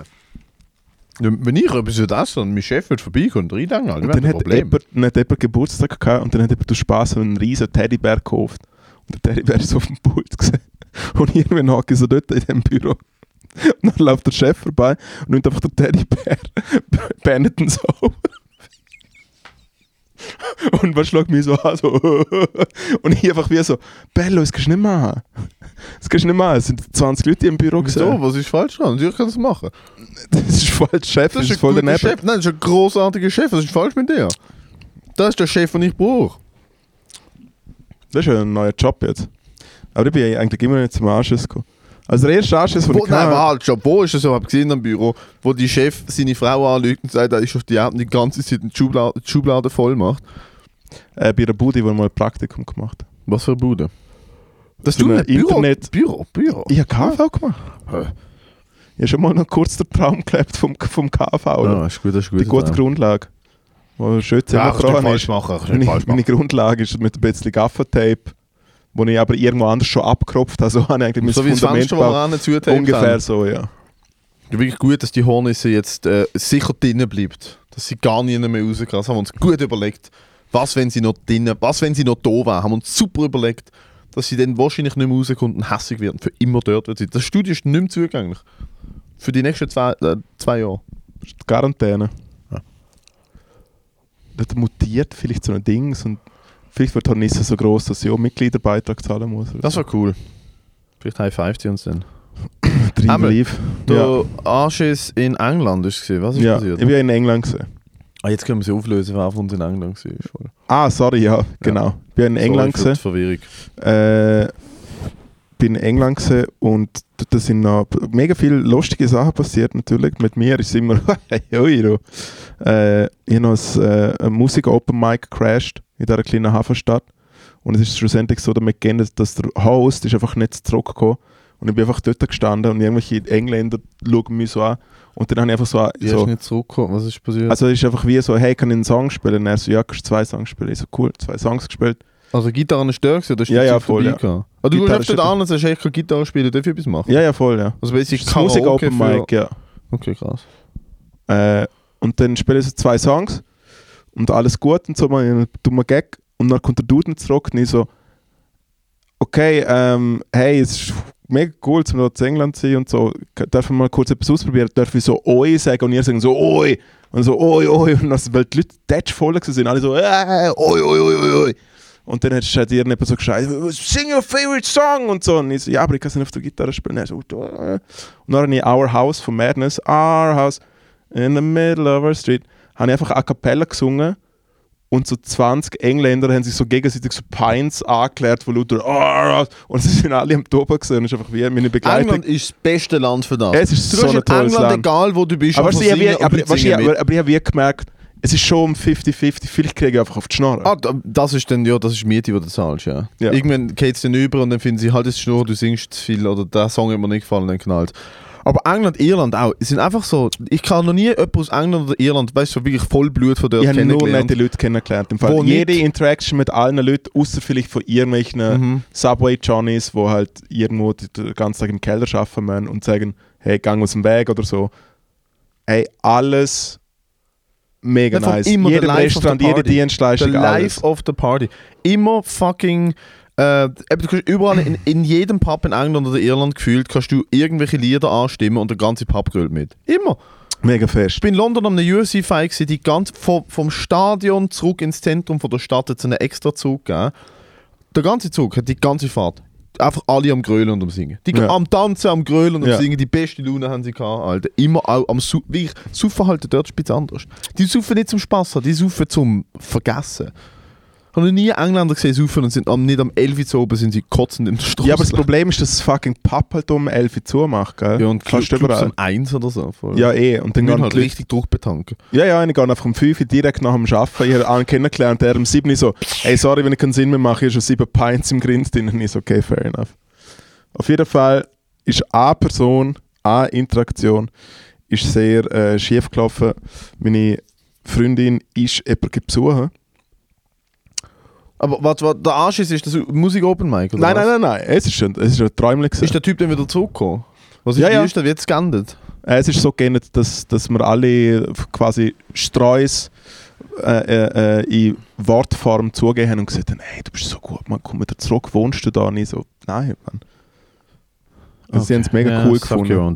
Ja, Wenn ich etwas würde essen und mein Chef wird vorbeikommen und reinlangen, Alter, Und wir haben dann ein hat Problem. jemand, dann hat jemand Geburtstag gehabt und dann hat jemand aus Spass einen riesen Teddybär gekauft. Und der Teddybär ist auf dem Pult gewesen. Und irgendwann hocke ich so dort in dem Büro. Und dann läuft der Chef vorbei und nimmt einfach den Teddybär, beendet ihn so. Und man schlägt mich so an, so. Und ich einfach wie so: Bello, es kannst du nicht machen. Es kannst du nicht machen. Es sind 20 Leute im Büro Wieso? gesehen. Was ist falsch dran? Natürlich kannst du es machen. Das ist voll der Chef, das ist voll guter daneben. Chef. Nein, das ist ein großartiger Chef. Was ist falsch mit dir? Das ist der Chef, den ich brauche. Das ist ja ein neuer Job jetzt. Aber ich bin eigentlich immer noch nicht zum Anschiss gekommen. Also der erste Anschiss, den Wo, ich nein, hatte, aber halt schon. Wo ist das überhaupt gesehen am Büro, wo die Chef seine Frau anlügt und sagt, er ist auf die Art die ganze Zeit die Schublade, die Schublade voll macht? äh, bei einer Bude, wo ich mal ein Praktikum gemacht habe. Was für ein Bude? Das So tut ein ein Büro, Internet- Büro, Büro. Ich habe KV gemacht. Hä? Ich habe schon mal noch kurz den Traum gelebt vom, vom KV. Oder? ist gut, Ah, das ist gut. die gute ja. Grundlage. Wo schön Ja, kannst du nicht zusammengebracht falsch ist. machen. kannst du Meine, nicht falsch meine machen. Grundlage ist mit ein bisschen Gaffertape, wo ich aber irgendwo anders schon abgekropft habe. Also habe ich eigentlich mein So wie das Fundament Fenster, wo wir gebaut. ran zutaped haben. Ungefähr so, ja. Ja, wirklich gut, dass die Hornisse jetzt äh, sicher drinnen bleibt. Dass sie gar nicht mehr rausgehen. Das haben wir uns gut überlegt. Was, wenn sie noch drinnen, was, wenn sie noch da wären? Haben wir uns super überlegt, dass sie dann wahrscheinlich nicht mehr rauskommt und hässig wird und für immer dort wird sie. Das Studio ist nicht mehr zugänglich. Für die nächsten zwei, äh, zwei Jahre. Das ist die Quarantäne. Ja. Dort mutiert vielleicht so ein Dings und vielleicht wird Hornisse so groß, dass sie auch Mitgliederbeitrag zahlen muss. oder Das war cool. Vielleicht High Five sie uns dann. so. Dream Aber- Leaf. Ja. Der Anschiss in England ist gesehen. Was ist ja, ich passiert? ne? bin ja in England gesehen. Ah, jetzt können wir sie auflösen, wer von uns in England war. Ist voll- Ah, sorry, ja, genau. Ich bin ja in England Sorry gesehen. für die Verwirrung. äh, bin in England gewesen und d- da sind noch p- mega viele lustige Sachen passiert natürlich. Mit mir ist immer ui, du. äh, ich habe noch ein, äh, ein Musik-Open Mic crashed in dieser kleinen Hafenstadt und es ist schlussendlich so damit gegangen, dass der Host ist einfach nicht zurückgekommen und ich bin einfach dort gestanden und irgendwelche Engländer schauen mich so an und dann habe ich einfach so, a- Die so ist nicht zurückgekommen. Was ist passiert? also es ist einfach wie so, hey, kann ich einen Song spielen? Und er so, ja, kannst zwei Songs spielen. Ich so, cool, zwei Songs gespielt. Also Gitarre ist stark gewesen, oder ist Ja, die ja, Zeit voll, vorbei ja. gegangen? Aber du Gitarre gehst ist dort an und sagst, hey, ich kann Gitarre spielen, darf ich etwas machen? Ja, ja, voll, ja. Also basic Das Musik Karaoke Open Mic, ja. für- Okay, krass. Äh, und dann spielen sie zwei Songs und alles gut und so, man einen dummen Gag. Und dann kommt der Dude nicht zurück und ich so, okay, ähm, hey, es ist mega cool, zum dort in England zu sein und so, K- darf ich mal kurz etwas ausprobieren? Darf ich so oi sagen und ihr sagen so oi und so oi oi und das, weil die Leute deutsch voll gewesen sind, alle so äh, oi oi oi oi oi. Und dann hat halt irgendjemand so geschreit, sing your favorite song und so. Und ich so, ja, aber ich kann es nicht auf der Gitarre spielen. Und, er so, "Äh." und dann habe ich Our House von Madness, Our House in the middle of our street, habe ich einfach a cappella gesungen und so 20 Engländer haben sich so gegenseitig so Pints angeklärt, wo Luther "Arr!" und sie sind alle am Toben gesehen und ist einfach wie meine Begleitung. England ist das beste Land für das. Es ist du so kannst ein in tolles England, Land. egal wo du bist, Aber, einfach sie, singen wie, und aber, Leute aber, ich, singen mit. aber, aber ich habe wie gemerkt, es ist schon um 50-50, vielleicht kriege ich einfach auf die Schnorre. Ah, da- das ist dann, ja, das ist Miete, die du zahlst, ja. Ja. Irgendwann geht es dann über und dann finden sie, halt es Schnur, du singst zu viel oder der Song hat mir nicht gefallen, dann knallt. Aber England, Irland auch. Es sind einfach so. Ich kann noch nie jemanden aus England oder Irland, weißt du, so wirklich Vollblut von dort Ich habe nur kennengelernt. nette Leute kennengelernt. Im Fall. Wo Jede nicht- Interaction mit allen Leuten, außer vielleicht von irgendwelchen Mhm. Subway-Johnnies, die halt irgendwo die- den ganzen Tag im Keller arbeiten müssen und sagen, hey, gang aus dem Weg oder so. Hey, alles mega Ja, vor allem nice. immer Jeder der Life of Restaurant, the jede Party. The Dienstleistung, alles. Life of the Party. Immer fucking. Äh, eben, du kannst überall in, in jedem Pub in England oder Irland gefühlt, kannst du irgendwelche Lieder anstimmen und der ganze Pub grölt mit. Immer. Mega fest. Ich bin in London am UFC-Fight, gewesen, die ganz vom, vom Stadion zurück ins Zentrum von der Stadt hat es einen extra Zug gegeben. Der ganze Zug hat die ganze Fahrt. Einfach alle am Grölen und am Singen. Die, Ja. Am Tanzen, am Grölen und am Ja. Singen. Die beste Laune haben sie gehabt, Alter. Immer auch am Su wirklich, Saufen. halt dort spitz anders. Die saufen nicht zum Spaß haben, die saufen zum Vergessen. Ich habe noch nie Engländer gesehen saufen und sind am, nicht am 11 Uhr zu oben, sind sie kotzend in der Straße. Ja, aber das Problem ist, dass das fucking Pub halt um 11 Uhr zumacht, gell? ja, und Fast Clubs überall. um 1 oder so. voll. Ja, eh. Und die dann müssen gehen halt die Leute richtig durchbetanken. Ja, ja, ich gehe einfach um 5 Uhr direkt nach dem Arbeiten. Ich habe einen kennengelernt, der am 7 Uhr so, ey, sorry, wenn ich keinen Sinn mehr mache, ich habe schon 7 Pints im Grind drin. Und ich so, okay, fair enough. Auf jeden Fall ist eine Person, eine Interaktion, ist sehr äh, schief gelaufen. Meine Freundin ist jemanden besuchen. Aber was, was der Arsch ist, ist das Musik Open Mic? Oder Nein, was? nein, nein, nein, es ist schon, es ist ein Träumchen. Ist der Typ dann wieder zurückgekommen? Was ist, Ja, wie ja. ist das jetzt geendet? Äh, Es ist so geändert, dass, dass wir alle quasi Streus äh, äh, äh, in Wortform zugehen haben und gesagt haben, hey, du bist so gut, man komm wieder zurück, wohnst du da? Und ich so, nein, Mann. Also Sie haben es mega cool gefunden.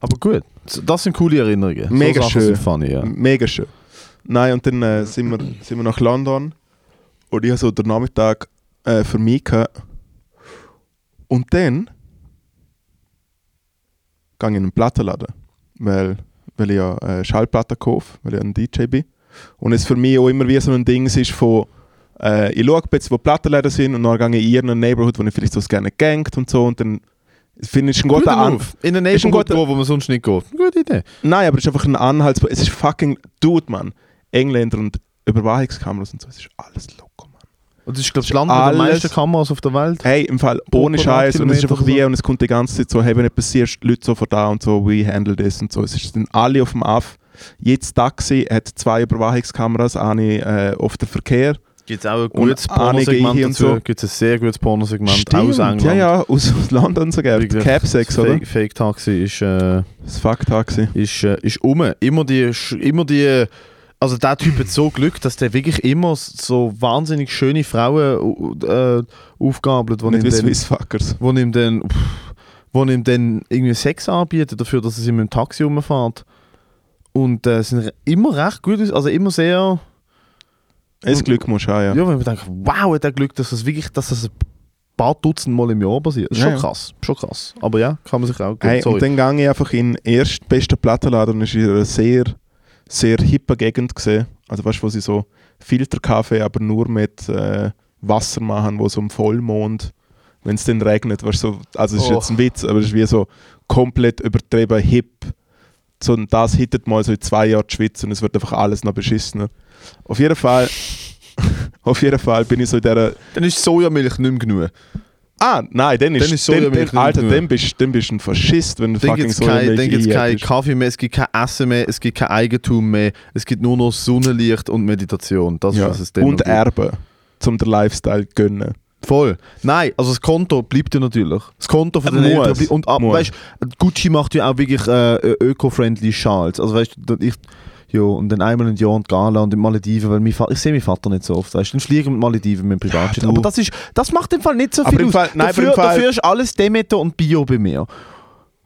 Aber gut, das sind coole Erinnerungen. Mega Sachen schön. Sind funny, ja. Mega schön. Nein, und dann äh, sind, wir, sind wir nach London und ich habe so den Nachmittag äh, für mich gehabt. Und dann gehe ich in einen Plattenladen, weil, weil ich ja äh, Schallplatten kaufe, weil ich ein DJ bin. Und es für mich auch immer wie so ein Ding ist von, äh, ich schaue jetzt, wo Plattenläden sind und dann gehe ich in irgendeinen Neighborhood, wo ich vielleicht so gerne gangt und so und dann finde ich es ein guter Guter Anf Move. In den Ist ein nächsten guter- guter wo man sonst nicht geht. Gute Idee. Nein, aber es ist einfach ein Anhaltspunkt. Es ist fucking Dude, Mann. Engländer und Überwachungskameras und so. Es ist alles loco, Mann. Und das ist, glaube ich, das Land mit den Alles- meisten Kameras auf der Welt. Hey, im Fall ohne Pro Scheiß. Und es Quadratkilometer ist einfach wie, oder so. und es kommt die ganze Zeit so, hey, wenn etwas passiert, Leute so von da und so, we handle this und so. Es ist- sind alle auf dem Aff. Jedes Taxi hat zwei Überwachungskameras, eine äh, auf den Verkehr. Gibt es auch ein gutes Pornosegment dazu? Gibt es ein sehr gutes Pornosegment aus England. ja, ja, aus, aus London sogar. Cab-Sex, oder? Fake, Fake Taxi ist... Äh, Das Fuck-Taxi. ist, äh, ist um. Immer die, sch- immer die, also der Typ hat so Glück, dass der wirklich immer s- so wahnsinnig schöne Frauen äh, aufgabelt, die Nicht ihm wie dann, Swissfuckers. wo ihm dann, pff, wo ihm dann irgendwie Sex anbietet dafür, dass es ihm im Taxi rumfährt. Und äh, sind re- immer recht gut, aus- also immer sehr, Das Glück musst du haben, ja. ja, wenn man denkt, wow, hat der Glück, dass das wirklich, dass das ein paar Dutzend Mal im Jahr passiert. Das ist Ja, schon ja. krass, schon krass. Aber ja, kann man sich auch gut, Hey, sorry. und dann ging ich einfach in den erstbesten Plattenladen und es war in einer sehr, sehr hippen Gegend. Gewesen. Also weißt du, wo sie so Filterkaffee, aber nur mit äh, Wasser machen, wo so im Vollmond, wenn es dann regnet, weißt du, so, also es ist Oh. jetzt ein Witz, aber es ist wie so komplett übertrieben hip. So, und das hittet mal so in zwei Jahren die Schweiz und es wird einfach alles noch beschissener. Auf jeden Fall, auf jeden Fall bin ich so in dieser dann ist Sojamilch nicht mehr genug. Ah, nein, dann ist, Dann ist dann, Sojamilch dann, Alter, nicht mehr. dann bist dann bist du ein Faschist, wenn du Dann fucking gibt es keinen Sojamilch kein einhältst. Kaffee mehr, es gibt kein Essen mehr, es gibt kein Eigentum mehr, es gibt nur noch Sonnenlicht und Meditation. Das ja. ist Also was es dann Und noch gibt. Erben, um den Lifestyle zu gönnen. Voll. Nein, also das Konto bleibt ja natürlich. Das Konto von Ja, den Also muss. Eltern bleibt- Und ab, Muss. weißt, Gucci macht ja auch wirklich äh, öko-friendly Schals. Also weißt du, ich... Ja, und dann einmal im Jahr und Gala und in die Malediven, weil mein Vater, ich sehe meinen Vater nicht so oft, weißt du, dann fliegen wir in die Malediven mit dem Privatjet. du. aber das ist, das macht im Fall nicht so Aber viel im Fall- aus. nein, aber im dafür, Fall- dafür ist alles Demeter und Bio bei mir.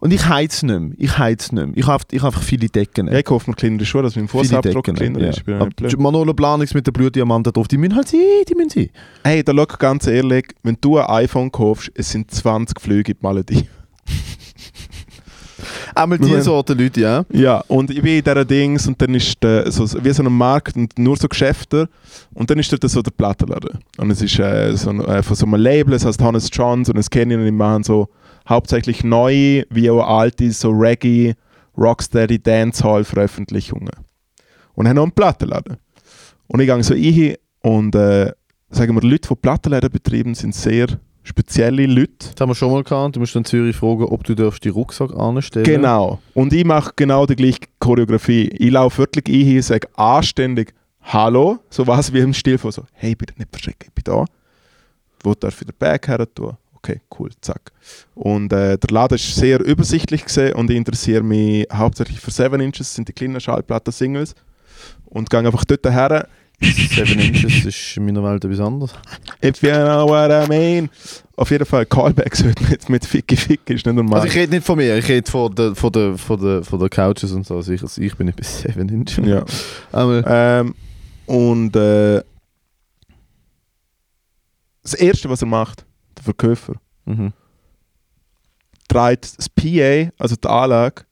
Und ich heiz nicht mehr, ich heiz nicht mehr. Ich habe ich hab einfach viele Decken. Ja, ich kaufe mir kleinere Schuhe, dass mein Fußabdruck kleiner ist. Ich bin ja nicht blöd. Manolo Plan nichts mit den Blutdiamanten drauf, die müssen halt sein, die müssen sein. Hey, da schau ganz ehrlich, wenn du ein iPhone kaufst, es sind 20 Flüge in die Malediven. Einmal Wir diese wollen- Sorte Leute, ja. Ja, und ich bin in dieser Dings und dann ist der, so, wie so ein Markt und nur so Geschäfte und dann ist dort so der Plattenladen. Und es ist äh, so ein, äh, von so einem Label, es heißt Hannes Johns und es kennen ihn und die machen so hauptsächlich neue, wie auch alte, so Reggae, Rocksteady, Dancehall Veröffentlichungen. Und haben noch einen Plattenladen. Und ich gehe so rein und äh, sagen wir, Leute, die Plattenläden betreiben, sind sehr spezielle Leute. Das haben wir schon mal gehabt. Du musst dann Zürich fragen, ob du darfst die Rucksack anstellen Genau. Und ich mache genau die gleiche Choreografie. Ich laufe wirklich ein hier, sage anständig Hallo, so was wie im Stil von so, hey, bitte nicht verschrecken, ich bin da. Wo darf ich den Bag her tun? Okay, cool, zack. Und äh, der Laden ist sehr übersichtlich gesehen und ich interessiere mich hauptsächlich für 7 Inches, das sind die kleinen Schallplatten-Singles. Und gehe einfach dort her, 7 Inches ist in meiner Welt etwas anderes. if you know what I mean. Auf jeden Fall, Callbacks heute mit, mit Ficky Ficky ist nicht normal. Also ich rede nicht von mir, ich rede von der, von der, von der, von der Couches und so. Also ich, also ich bin nicht bis 7 Inch. ja. Aber Ähm, und äh, das Erste, was er macht, der Verkäufer, mhm. dreht das PA, also die Anlage,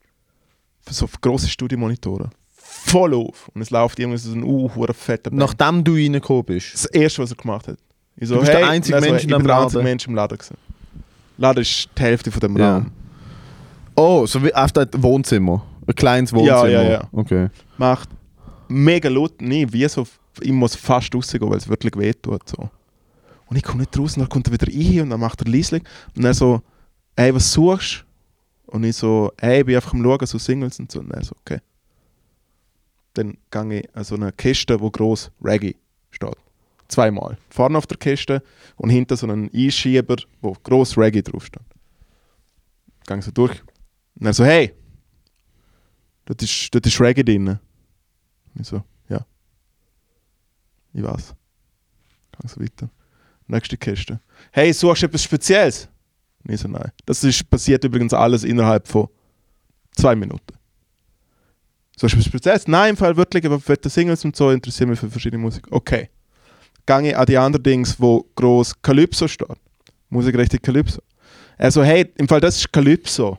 für so grosse Studiomonitore voll auf. Und es läuft irgendwie so ein uh, hure fetter Band. nachdem du reingekommen bist. Das Erste, was er gemacht hat. Ich so, Du bist der hey, einzige nein, so, Mensch ich in bin dem der einzige Laden. Mensch im Laden. Gewesen. Laden ist die Hälfte von dem Ja. Raum. Oh, so wie auf das Wohnzimmer. Ein kleines Ja, Wohnzimmer. ja, ja. Okay. Macht mega laut, nee, wie so, ich muss fast rausgehen, weil es wirklich weh tut. So. Und ich komme nicht raus, und dann kommt er wieder rein und dann macht er leislich. Und er so, ey, was suchst Und ich so, ey, ich bin einfach am Schauen, so Singles und so. Und er so, okay. Dann gehe ich an so eine Kiste, wo groß Reggae steht. Zweimal. Vorne auf der Kiste und hinter so einen Einschieber, wo groß Reggae draufsteht. Gang so durch. Und er so, hey, das ist, das ist Reggae drin. Und ich so, ja. Ich weiß. Gang so weiter. Nächste Kiste. Hey, suchst du etwas Spezielles? Und ich so, nein. Das ist passiert übrigens alles innerhalb von zwei Minuten. Suchst du etwas Spezielles? Nein, im Fall wirklich, aber fette Singles und so interessieren mich für verschiedene Musik. Okay. Gange ich an die anderen Dings, wo groß Calypso steht. Musikrechte Calypso. Er so, hey, im Fall das ist Calypso.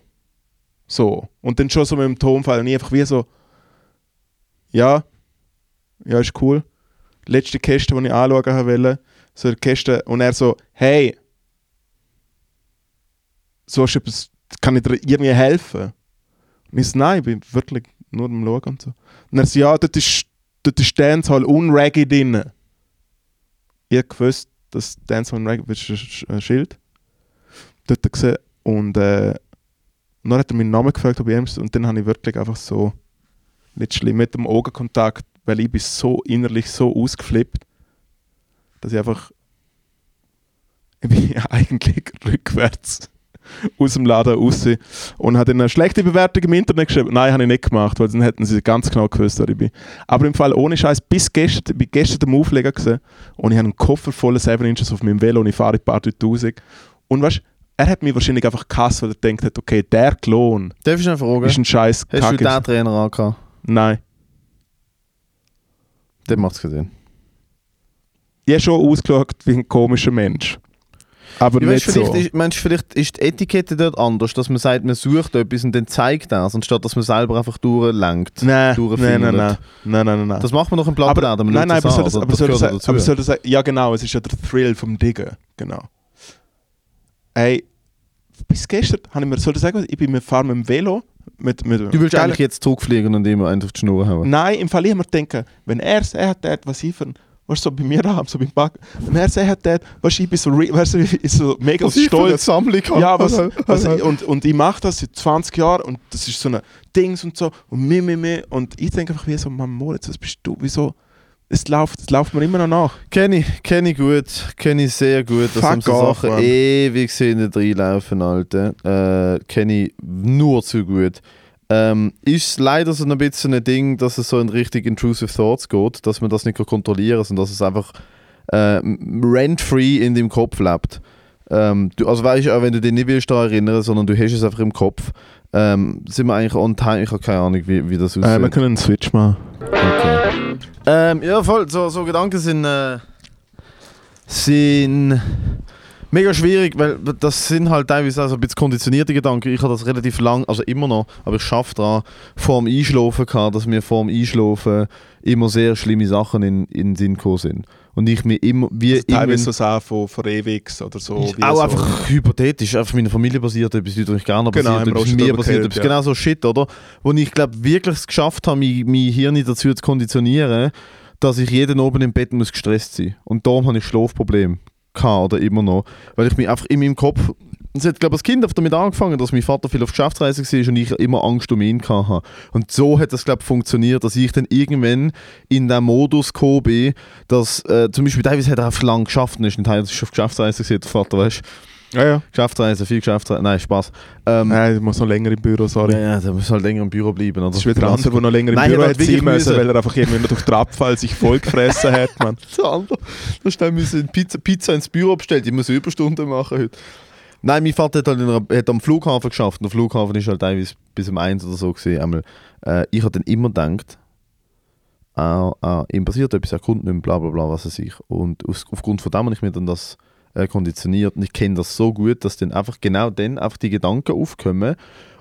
So. Und dann schon so mit dem Tonfall. Und ich einfach wie so, ja, ja, ist cool. Letzte Kiste, die ich anschauen wollte, so eine Kiste. Und er so, hey, so ist etwas, kann ich dir irgendwie helfen? Und ich so, nein, ich bin wirklich nur am Schauen und so. Und er so, ja, dort ist, dort ist Dancehall und Reggae drin. Ihr gewusst, dass Dancehall und Reggae das ist ein Schild. Dort gesehen. Und äh, und dann hat er meinen Namen gefragt, ob ich ihm und dann habe ich wirklich einfach so letztlich mit dem Augenkontakt, weil ich bin so innerlich so ausgeflippt, dass ich einfach ich bin ja eigentlich rückwärts aus dem Laden raus und habe dann eine schlechte Bewertung im Internet geschrieben. Nein, habe ich nicht gemacht, weil dann hätten sie ganz genau gewusst, wer ich bin. Aber im Fall ohne Scheiß, bis gestern, ich bin gestern am Auflegen gewesen, und ich habe einen Koffer voller 7 Inches auf meinem Velo und ich fahre ein paar Tausend. Und weißt er hat mich wahrscheinlich einfach gehasst, weil er denkt hat, okay, der Klon Darf ich eine Frage? ist ein scheiß Hast du Kack- den Trainer angehabt? Nein. Dann macht es keinen Sinn. Ich habe schon ausgeschaut wie ein komischer Mensch. Aber Ich nicht weiss, vielleicht, so. ist, meinst, du, vielleicht ist die Etikette dort anders, dass man sagt, man sucht etwas und dann zeigt das, anstatt dass man selber einfach durchlenkt. Nein, nein, durchfindet. nein, nein, nein, nein, nein. Das macht man doch im aber, Plattenladen. man nein, nein, schaut aber soll an, oder? das, aber soll das, gehört aber soll das, ja genau, es ist ja der Thrill vom Diggen, genau. Ey, bis gestern habe ich mir, soll das sagen, ich bin mit, fahre mit dem Velo, mit, mit Du willst Geil- eigentlich jetzt zurückfliegen und immer einen auf die Schnur haben. Nein, im Fall ich hab mir denken, wenn er es hat, hat, was ich für ein- weißt du, so bei mir haben, so beim Backen, wenn er es hat, hat, weißt du, ich bin so, re- weißt du, ich bin so mega stolz. Sammlung Also, Ja, was, was, und, und ich mache das seit 20 Jahren und das ist so ein Dings und so und mi, mi, mi. Und ich denke einfach wie so, Mann, Moritz, was bist du, wieso? Es läuft, es läuft mir immer noch nach. Kenne ich, kenne ich gut, kenne ich sehr gut, dass Fuck ihm so off, Sachen Mann. ewig sind nicht reinlaufen, Alter. Äh, kenne ich nur zu gut. Ähm, ist leider so ein bisschen ein Ding, dass es so in richtig intrusive Thoughts geht, dass man das nicht kann kontrollieren kann, sondern dass es einfach äh, rent-free in deinem Kopf lebt. Ähm, du, also weißt du, auch wenn du dich nicht willst daran erinnern, sondern du hast es einfach im Kopf, ähm, sind wir eigentlich on time, ich habe keine Ahnung, wie, wie das aussieht. Äh, können einen Switch machen. Ähm, ja, voll. So, so Gedanken sind, äh, sind mega schwierig, weil das sind halt teilweise auch so ein bisschen konditionierte Gedanken. Ich habe das relativ lang, also immer noch, aber ich schaffe daran, vor dem Einschlafen gehabt, dass mir vor dem Einschlafen immer sehr schlimme Sachen in, in den Sinn gekommen sind. Und ich mir immer, wie Also Teilweise so immer- Sachen von, von Ewix oder so. wie auch so. einfach hypothetisch, einfach meiner Familie basiert, etwas Leute, die ich gerne passiert, Genau, haben wir auch etwas schon mir drüber passiert, geredet, etwas ja. genau so Shit, oder? Wo ich glaube wirklich es geschafft habe, mein, mein Hirn dazu zu konditionieren, dass ich jeden oben im Bett muss gestresst sein. Und darum habe ich Schlafprobleme. gehabt, oder immer noch, weil ich mich einfach in meinem Kopf, es hat glaube ich als Kind einfach damit angefangen, dass mein Vater viel auf Geschäftsreise war und ich immer Angst um ihn hatte. Und so hat das glaube ich funktioniert, dass ich dann irgendwann in den Modus gekommen bin, dass äh, zum Beispiel Davis hat er einfach lang geschafft und ist ein Teil ist auf Geschäftsreise gewesen, der Vater, weißt du. Ja, ja. Geschäftsreise, viel Geschäftsreise, nein, Spaß. Ähm, Nein, du musst noch länger im Büro, sorry. ja, ja, da muss halt länger im Büro bleiben. Oder? Das ist wieder der andere, der noch länger im Nein, Büro er hat hat wirklich sein müssen, müssen. weil er einfach irgendwie noch durch die Abfall sich voll gefressen hat, Mann. Der andere. Da schnell müssen Pizza, Pizza ins Büro bestellt. Ich muss Überstunden machen heute. Nein, mein Vater hat, halt in einer, hat am Flughafen geschafft. Und der Flughafen ist halt teilweise bis um eins oder so gesehen. Einmal. Äh, ich habe dann immer gedacht, ah, ah, ihm passiert etwas, er kommt nicht mehr, bla bla bla, was weiß ich. Und aus, aufgrund von dem habe ich mir dann das äh, konditioniert. Und ich kenne das so gut, dass dann einfach genau dann einfach die Gedanken aufkommen.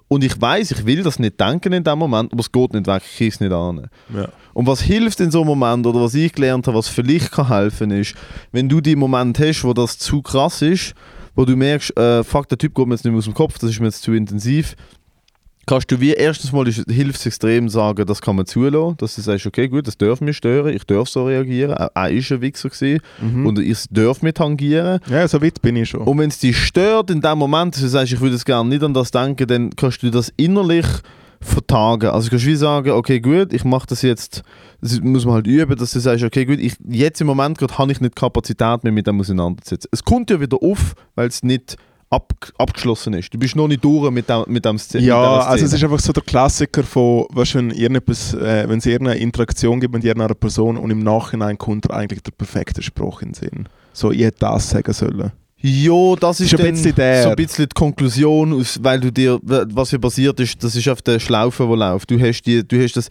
Und ich weiß, ich will das nicht denken in dem Moment, aber es geht nicht weg, ich kriege es nicht an. Ja. Und was hilft in so einem Moment oder was ich gelernt habe, was vielleicht kann helfen ist, wenn du die Moment hast, wo das zu krass ist, wo du merkst, äh, fuck, der Typ geht mir jetzt nicht mehr aus dem Kopf, das ist mir jetzt zu intensiv, kannst du wie erstens mal ist- hilft es extrem sagen, das kann man zulassen, dass du sagst, okay, gut, das darf mich stören, ich darf so reagieren, er er ist ein Wichser gewesen und ich darf mich tangieren. Ja, so weit bin ich schon. Und wenn es dich stört in dem Moment, dass du sagst, ich würde jetzt gerne nicht an das denken, dann kannst du das innerlich vertagen. Also kannst du wie sagen, okay gut, ich mache das jetzt, das muss man halt üben, dass du sagst, okay gut, ich, jetzt im Moment gerade habe ich nicht die Kapazität mehr mit dem auseinanderzusetzen. Es kommt ja wieder auf, weil es nicht ab, abgeschlossen ist. Du bist noch nicht durch mit dem, mit dem Szene. Ja, also es ist einfach so der Klassiker von, weißt, du, wenn, irgendetwas, äh, wenn es irgendeine Interaktion gibt mit irgendeiner Person und im Nachhinein kommt eigentlich der perfekte Spruch in den Sinn. So, ich hätte das sagen sollen. Jo, das ist, Ist ein dann bisschen der. so ein bisschen die Konklusion, aus, weil du dir, was hier passiert ist, das ist auf der Schlaufe, wo läuft. Du hast, die, du hast das.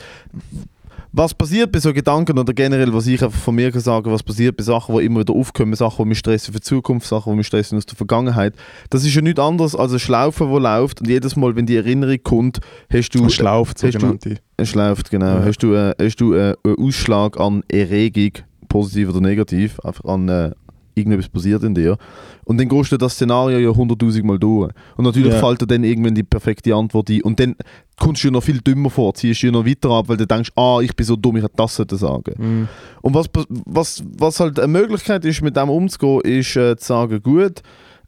Was passiert bei so Gedanken oder generell, was ich einfach von mir kann sagen, was passiert bei Sachen, die immer wieder aufkommen, Sachen, die mich stressen für die Zukunft, Sachen, die mich stressen aus der Vergangenheit, das ist ja nichts anderes als eine Schlaufe, die läuft und jedes Mal, wenn die Erinnerung kommt, hast du... Ein Schlauft, hast du- sogenannte. Es läuft, genau. Ja. Hast du, äh, hast du äh, einen Ausschlag an Erregung, positiv oder negativ, einfach an äh, irgendetwas passiert in dir. Und dann gehst du das Szenario ja hunderttausend Mal durch. Und natürlich Ja. fällt dir dann irgendwann die perfekte Antwort ein. Und dann kommst du ja noch viel dümmer vor, ziehst du ja noch weiter ab, weil du denkst, ah, ich bin so dumm, ich hätte das sollen sagen Mhm. und was, pas- was, was halt eine Möglichkeit ist, mit dem umzugehen, ist äh, zu sagen, gut,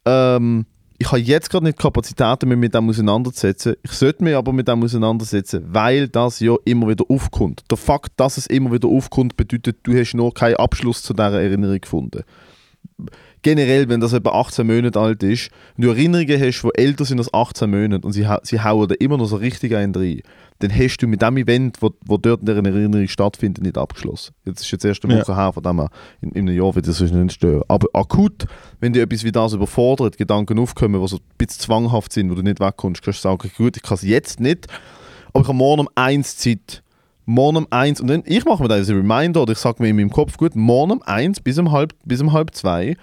ähm, ich habe jetzt gerade nicht die Kapazitäten, mich mit dem auseinanderzusetzen. Ich sollte mich aber mit dem auseinandersetzen, weil das ja immer wieder aufkommt. Der Fakt, dass es immer wieder aufkommt, bedeutet, du hast noch keinen Abschluss zu dieser Erinnerung gefunden. Generell, wenn das etwa 18 Monate alt ist, wenn du Erinnerungen hast, die älter sind als 18 Monate und sie, hau- sie hauen da immer noch so richtig einen rein, dann hast du mit dem Event, wo, wo dort in der Erinnerung stattfindet, nicht abgeschlossen. Jetzt ist jetzt erst eine Ja. Woche her, von dem her, in, in einem Jahr wird das sonst nicht stören. Aber akut, wenn dir etwas wie das überfordert, Gedanken aufkommen, die so ein bisschen zwanghaft sind, wo du nicht wegkommst, kannst du sagen, gut, ich kann es jetzt nicht, aber ich habe morgen um eins Zeit. Morgen um eins. Und dann, ich mache mir da einen Reminder oder ich sage mir in meinem Kopf, gut, morgen um eins bis um halb, bis um halb zwei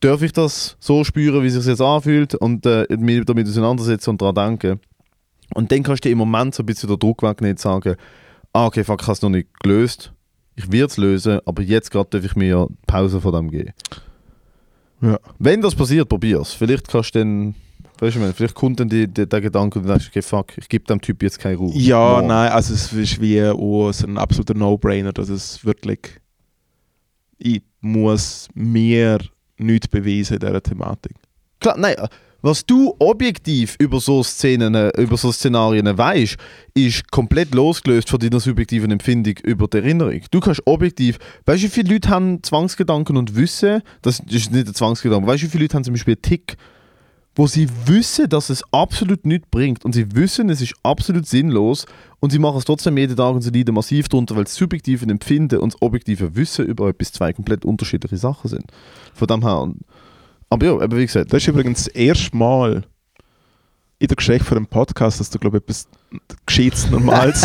darf ich das so spüren, wie es sich jetzt anfühlt und äh, mich damit auseinandersetzen und daran denken. Und dann kannst du dir im Moment so ein bisschen den Druck wegnehmen und sagen, ah, okay, fuck, ich habe es noch nicht gelöst. Ich werde es lösen, aber jetzt gerade darf ich mir ja die Pause von dem geben. Ja. Wenn das passiert, probier es. Vielleicht kannst du dann, weißt du, ich meine, vielleicht kommt dann die, die, der Gedanke und du denkst, okay, fuck, ich gebe dem Typ jetzt keine Ruhe. Ja, Morgen. nein, also es ist wie oh, so ein absoluter No-Brainer, dass es wirklich. Ich muss mir nichts beweisen in dieser Thematik. Klar, nein, äh, was du objektiv über so Szenen, äh, über so Szenarien weißt, ist komplett losgelöst von deiner subjektiven Empfindung über die Erinnerung. Du kannst objektiv, weißt du, wie viele Leute haben Zwangsgedanken und wissen, das ist nicht ein Zwangsgedanke, weißt du, wie viele Leute haben zum Beispiel einen Tick, wo sie wissen, dass es absolut nichts bringt und sie wissen, es ist absolut sinnlos und sie machen es trotzdem jeden Tag und sie leiden massiv darunter, weil das subjektive Empfinden und das objektive Wissen über etwas zwei komplett unterschiedliche Sachen sind. Von dem her. Aber ja, eben wie gesagt, Das ist übrigens das erste Mal in der Geschichte von dem Podcast, dass du, glaube ich, etwas Gescheites Normales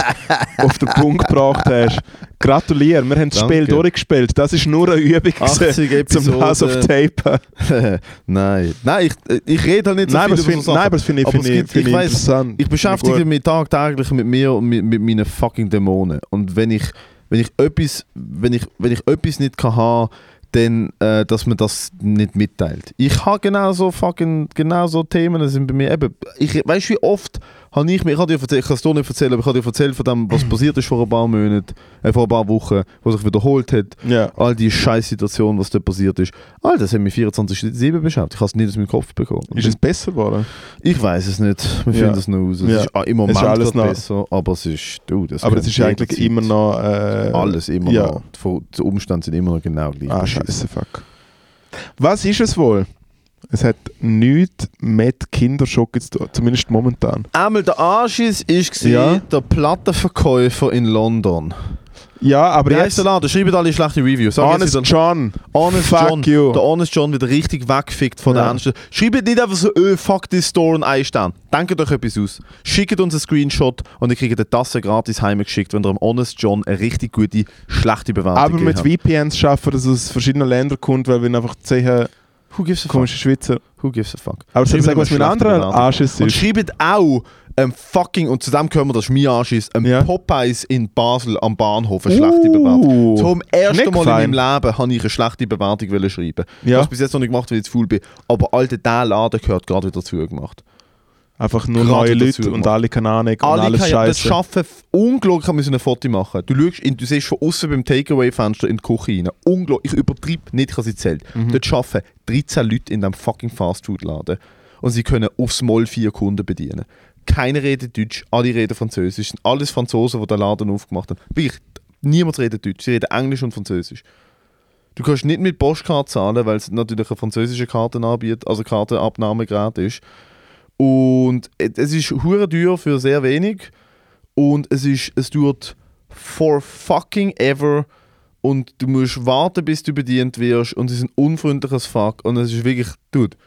auf den Punkt gebracht hast. Gratuliere, wir haben das Danke. Spiel durchgespielt. Das ist nur eine Übung gewesen 80 Episoden. zum Pass auf Tape. nein, nein, ich, ich rede halt nicht so Nein, viel aber über das finde so nein, Sachen. aber das finde ich, Aber finde es ich, gibt- finde ich ich weiss, interessant. ich beschäftige Finde mich tagtäglich mit mir und mit, mit meinen fucking Dämonen. Und wenn ich, wenn ich etwas, wenn ich, wenn ich etwas nicht kann haben, dann, äh, dass man das nicht genau mitteilt. Ich habe genauso fucking, genauso Themen, das sind bei mir eben, ich, weißt du, wie oft habe ich mir, ich kann dir erzählen, ich kann es dir nicht erzählen, aber ich habe dir erzählt von dem, was passiert ist vor ein paar Monaten, äh, vor ein paar Wochen, was sich wiederholt hat. Ja. All die Scheißsituationen, was da passiert ist. All das hat mich 24-7 beschäftigt. Ich habe es nicht aus meinem Kopf bekommen. Ist es besser geworden? Ich weiß es nicht. Wir Ja. finden es noch aus. Es Ja. ist ah, im Es ist Moment alles grad noch- besser, aber es ist, du, das Aber es könnte ist eigentlich jederzeit- immer noch. Äh, alles immer ja. noch. Die Vor- Die Umstände sind immer noch genau gleich. Ah, bescheuert. scheiße, fuck. Was ist es wohl? Es hat nichts mit Kinderschocke zu tun, zumindest momentan. Einmal der Anschiss war Ja. der Plattenverkäufer in London. Ja, aber Wie heißt jetzt. der Laden? Schreibt alle schlechte Reviews. Sag jetzt Honest wieder- John. Honest Fuck John. you. Der Honest John wird richtig weggefickt von Ja. der Anstellung. Schreibt nicht einfach so, öh, fuck this store und einstehen. Denkt euch etwas aus. Schickt uns einen Screenshot und ihr kriegt eine Tasse gratis heimgeschickt, wenn ihr am Honest John eine richtig gute, schlechte Bewertung Aber gegeben mit habt. VPNs schaffen, dass es aus verschiedenen Ländern kommt, weil wir einfach zehn Who gives a fuck? komische Schweizer. Who gives a fuck? Aber soll Schreibt ich sagen, was uns mit schlechte anderen Bewertung. Anschiss Und ist? schreibt auch ähm, fucking, und zu dem können wir, das ist mein Arsch ist, ähm, Ja. Popeyes in Basel am Bahnhof eine schlechte Uh. Bewertung. Zum Nicht ersten Mal fein. in meinem Leben habe ich eine schlechte Bewertung wollen schreiben. Ja. Was bis jetzt noch nicht gemacht, weil ich zu faul bin. Aber alter, der Laden gehört gerade wieder zugemacht. Einfach nur Gerade neue dazu Leute und gemacht. alle keine Ahnung und Alle alles können das scheiße. schaffen, f- unglaublich haben wir ein Foto machen. Du, schaust in, du siehst von außen beim Takeaway-Fenster in die Küche rein. Unglaublich, ich übertreibe nicht, ich habe sie zählt. Dort arbeiten 13 Leute in diesem fucking Fastfood-Laden. Und sie können aufs Mal vier Kunden bedienen. Keiner redet Deutsch, alle reden Französisch. Sind alles Franzosen, die den Laden aufgemacht haben. Wirklich, niemand redet Deutsch, sie reden Englisch und Französisch. Du kannst nicht mit Postkarte zahlen, weil es natürlich eine französische Kartenanbiet, also Kartenabnahmegerät ist. Und es ist hure teuer für sehr wenig. Und es ist, es dauert for fucking ever. Und du musst warten, bis du bedient wirst. Und sie sind unfreundlich als fuck. Und es ist wirklich, dude,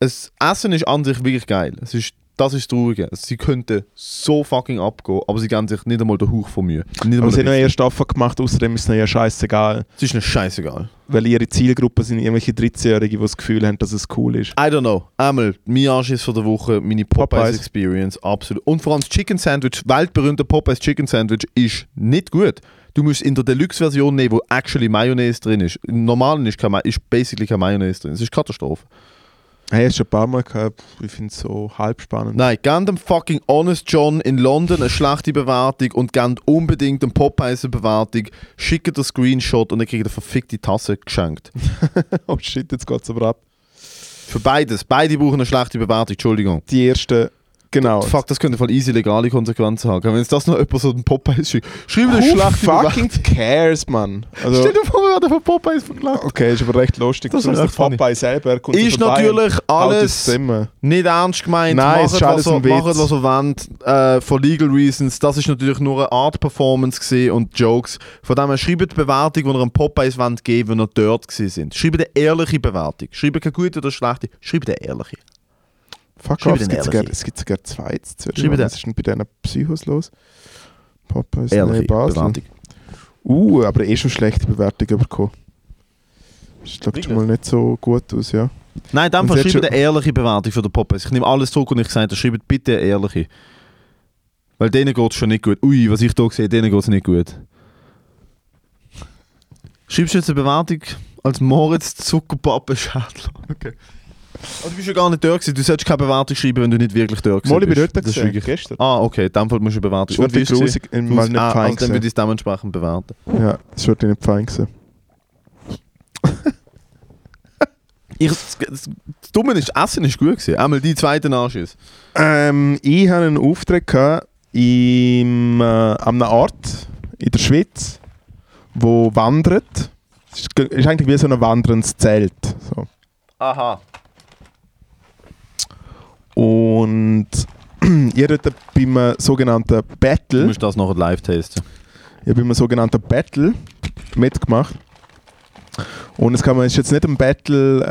das Essen ist an sich wirklich geil. Es ist, das ist das Traurige. Sie könnten so fucking abgehen, aber sie geben sich nicht einmal den Hauch von Mühe. Nicht einmal Aber sie haben ein eine erste Staffel gemacht, außerdem ist es ihnen ja scheißegal. bisschen. es ist ihnen scheißegal. Weil ihre Zielgruppe sind irgendwelche 13-Jährige, die das Gefühl haben, dass es cool ist. I don't know. Einmal, mein Arsch ist von der Woche, meine Popeyes, Popeyes. Experience, absolut. Und vor allem das Chicken Sandwich, weltberühmte Popeyes Chicken Sandwich, ist nicht gut. Du musst in der Deluxe-Version nehmen, wo actually Mayonnaise drin ist. Im normalen ist, kein, Ma- ist basically kein Mayonnaise drin. Es ist Katastrophe. Hey, hast du ein paar Mal gehabt? Ich finde es so halb spannend. Nein, gebt dem fucking Honest John in London eine schlechte Bewertung und gebt unbedingt dem Popeyes eine Bewertung, schickt den Screenshot und dann kriegt ihr eine verfickte Tasse geschenkt. Oh shit, jetzt geht es aber ab. Für beides. Beide brauchen eine schlechte Bewertung, Entschuldigung. Die erste, genau. Fuck, das könnte voll easy legale Konsequenzen haben. Wenn jetzt das noch jemand so einen Popeyes schickt. Schreib eine Who schlechte fucking cares, man? Also, Stell dir vor, wir werden von Popeyes verklagt. okay, ist aber recht lustig. Das ist Besonders echt der funny. Popeye selber kommt Ist vorbei und natürlich haut alles- aufs Zimmer. Nicht ernst gemeint. Nein, es macht, ist was alles ihr, ein Witz. macht, was ihr wollt. Äh, for legal reasons. Das ist natürlich nur eine Art Performance gewesen und Jokes. Von dem her, schreibt die Bewertung, die ihr einem Popeyes wollt geben wenn ihr dort gewesen sind. Schreibt eine ehrliche Bewertung. Schreibt keine gute oder schlechte. Schreibt eine ehrliche. Fuck Schreib off, den es gibt sogar, ehrlich. es gibt sogar zwei. zu zweit. Schreib den. Was ist denn bei diesen Psychos los? Popeye ist Ehrliche in Basel. Bewertung. Uh, aber eh schon schlechte Bewertung bekommen. Das schaut schon mal nicht so gut aus, ja. Nein, in dem Und Fall sie hat schreibt schon- eine ehrliche Bewertung für den Popeyes. Ich nehme alles zurück und ich sage, schreibt bitte eine ehrliche. Weil denen geht es schon nicht gut. Ui, was ich hier sehe, denen geht es nicht gut. Schreibst du jetzt eine Bewertung als Moritz Zuckerpappenschädler? Okay. Aber du bist ja gar nicht dort gewesen. Du solltest keine Bewertung schreiben, wenn du nicht wirklich dort gewesen Mal, ich bin bist. dort Das ist gewesen, wirklich- gestern. Ah, okay, in dem Fall musst du eine Bewertung Das wird Und wie ist es grusig, gewesen? mal nicht ah, fein also dann würde gewesen. ich es dementsprechend bewerten. Ja, das wird nicht fein gewesen. Ich, das, das, das Dumme ist, das Essen ist gut gewesen. Einmal die zweite Anschiss. Ähm, ich hatte einen Auftrag gehabt im, äh, an einem Ort in der Schweiz, wo wandert. Es ist, ge- ist eigentlich wie so ein wanderndes Zelt. So. Aha. Und ich hatte dort bei einem sogenannten Du Battle, musst das noch live testen. ich habe bei einem sogenannten Battle mitgemacht. Und es kann man, es ist jetzt nicht ein Battle,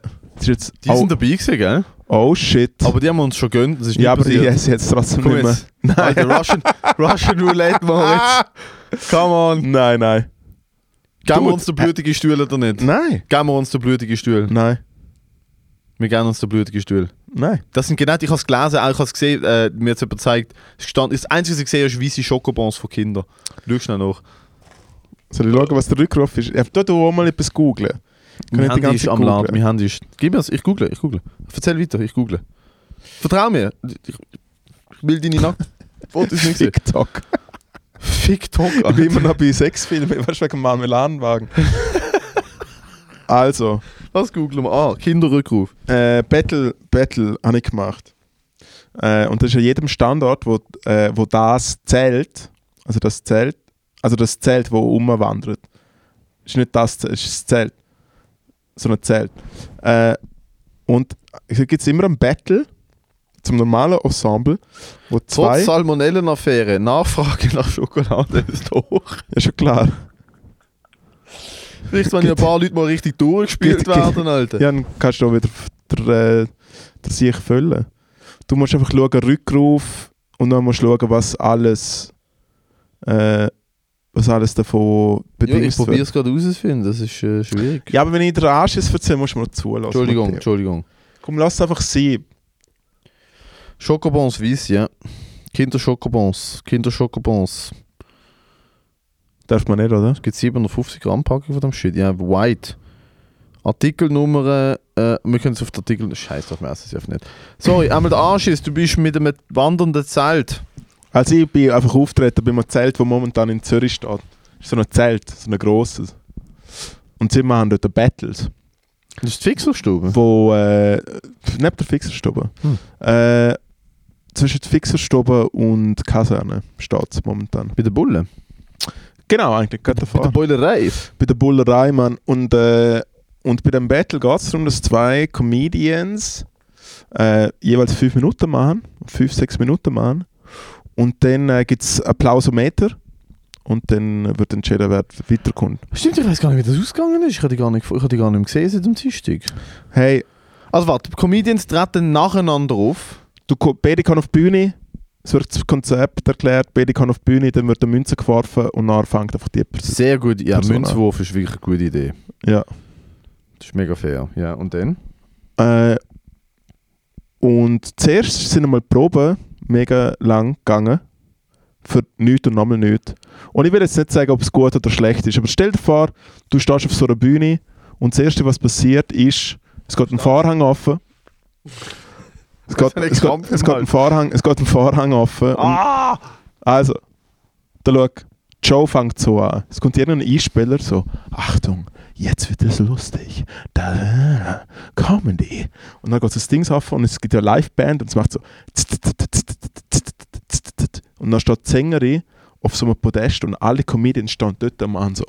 äh, es ist jetzt, Die oh, sind dabei gewesen, gell? oh shit. Aber die haben wir uns schon gönnt, das ist ja, aber nicht die passiert. jetzt jetzt trotzdem Komm nicht mehr. jetzt. Alter, Russian, Russian Roulette, Moritz. Come on. Nein, nein. Geben wir Dude. uns den blutigen Stuhl oder nicht? Nein. Geben wir uns den blutigen Stuhl. Nein. Wir geben uns den blutigen Stuhl. Nein. Das sind genau, ich habe es gelesen, auch ich habe es gesehen, äh, mir hat es jemand gezeigt. Es ist gestanden, das Einzige, was ich gesehen habe, ist weiße Schokobons von Kindern. Schau schnell nach. Soll ich schauen, was der Rückruf ist? Ich dort auch mal etwas googlen. Kann ich Mein die Handy ganze ist Zeit am googlen? Laden. Mein Handy ist... Gib mir das, ich google, ich google. Erzähl weiter, ich google. Vertrau mir. Ich, Ich will deine Nackt. Fotos nicht sehen. TikTok. Fick Talk, Ich bin immer noch bei Sexfilmen, weißt du, wegen dem Marmeladenwagen. also, Das googeln wir. Ah, Kinderrückruf. äh, Battle, Battle habe ich gemacht. Äh, und das ist an jedem Standort, wo, äh, wo das zählt, also das Zelt, also das Zelt, wo umwandert. Ist nicht das, Zelt, ist das Zelt. So ein Zelt. Äh, und da gibt es immer ein Battle zum normalen Ensemble, wo zwei. Trotz Salmonellen-Affäre, Nachfrage nach Schokolade ist hoch. Ja, schon klar. Vielleicht, wenn ja ein paar Leute mal richtig durchgespielt Geht- geht- werden, Alter. Ja, dann kannst du auch wieder der, äh, der Sieg füllen. Du musst einfach schauen, Rückruf und dann musst du schauen, was alles, äh, was alles Ja, davon ich bedingt probiere wird. es gerade herauszufinden, das ist äh, schwierig. Ja, aber wenn ich dir Arsch jetzt erzähle, musst du mir zulassen. Entschuldigung, Matteo. Entschuldigung. Komm, lass es einfach sein. Schokobons weiß, ja. Kinderschokobons, Kinderschokobons. Darf man nicht, oder? Es gibt 750 Gramm Packung von dem Shit. Ja, White. Artikelnummer, äh, wir können es auf den Artikel. Scheiß drauf, wir essen es ja nicht. Sorry, einmal der Arsch ist, du bist mit einem wandernden Zelt. Also ich bin einfach auftreten bei einem Zelt, das momentan in Zürich steht. Ist so ein Zelt, so ein grosses. Und sie machen dort Battles. Das ist die Fixerstube. wo äh, neben der Fixerstube Hm. äh, zwischen der Fixerstube und Kaserne steht es momentan. Bei der Bulle. Genau, eigentlich gerade Bei der davor. Boilerei. Bei der Bullerei, Mann. Und, äh, und bei dem Battle geht es darum, dass zwei Comedians äh, jeweils fünf Minuten machen, fünf, sechs Minuten machen. Und dann äh, gibt es Applausometer und dann wird entschieden, wer weiterkommt. Stimmt, ich weiß gar nicht, wie das ausgegangen ist. Ich habe die gar nicht, ich habe die gar nicht mehr gesehen seit dem Dienstag. Hey, Also warte, die Comedians treten nacheinander auf. du, ko- beide kann auf die Bühne, es wird das Konzept erklärt, beide kann auf die Bühne, dann wird eine Münze geworfen und dann fängt einfach die Person. Sehr gut. Ja, Persona. Münzwurf ist wirklich eine gute Idee. Ja. Das ist mega fair. Ja, und dann? Äh, und zuerst sind einmal die Proben mega lang gegangen. Für nichts und nochmal nichts. Und ich will jetzt nicht sagen, ob es gut oder schlecht ist, aber stell dir vor, du stehst auf so einer Bühne und das Erste, was passiert, ist, es geht ein Vorhang offen. Es geht, ein es, geht, Kampf es, geht mal. ein Vorhang, es geht ein Vorhang offen. Ah, und- Also, da schau, die Show fängt so an. Es kommt irgendein Einspieler so, Achtung, jetzt wird es lustig. Da, Comedy. Und dann geht so das Ding auf und es gibt ja eine Liveband und es macht so und dann steht die Sängerin auf so einem Podest und alle Comedians stehen dort am Mann so.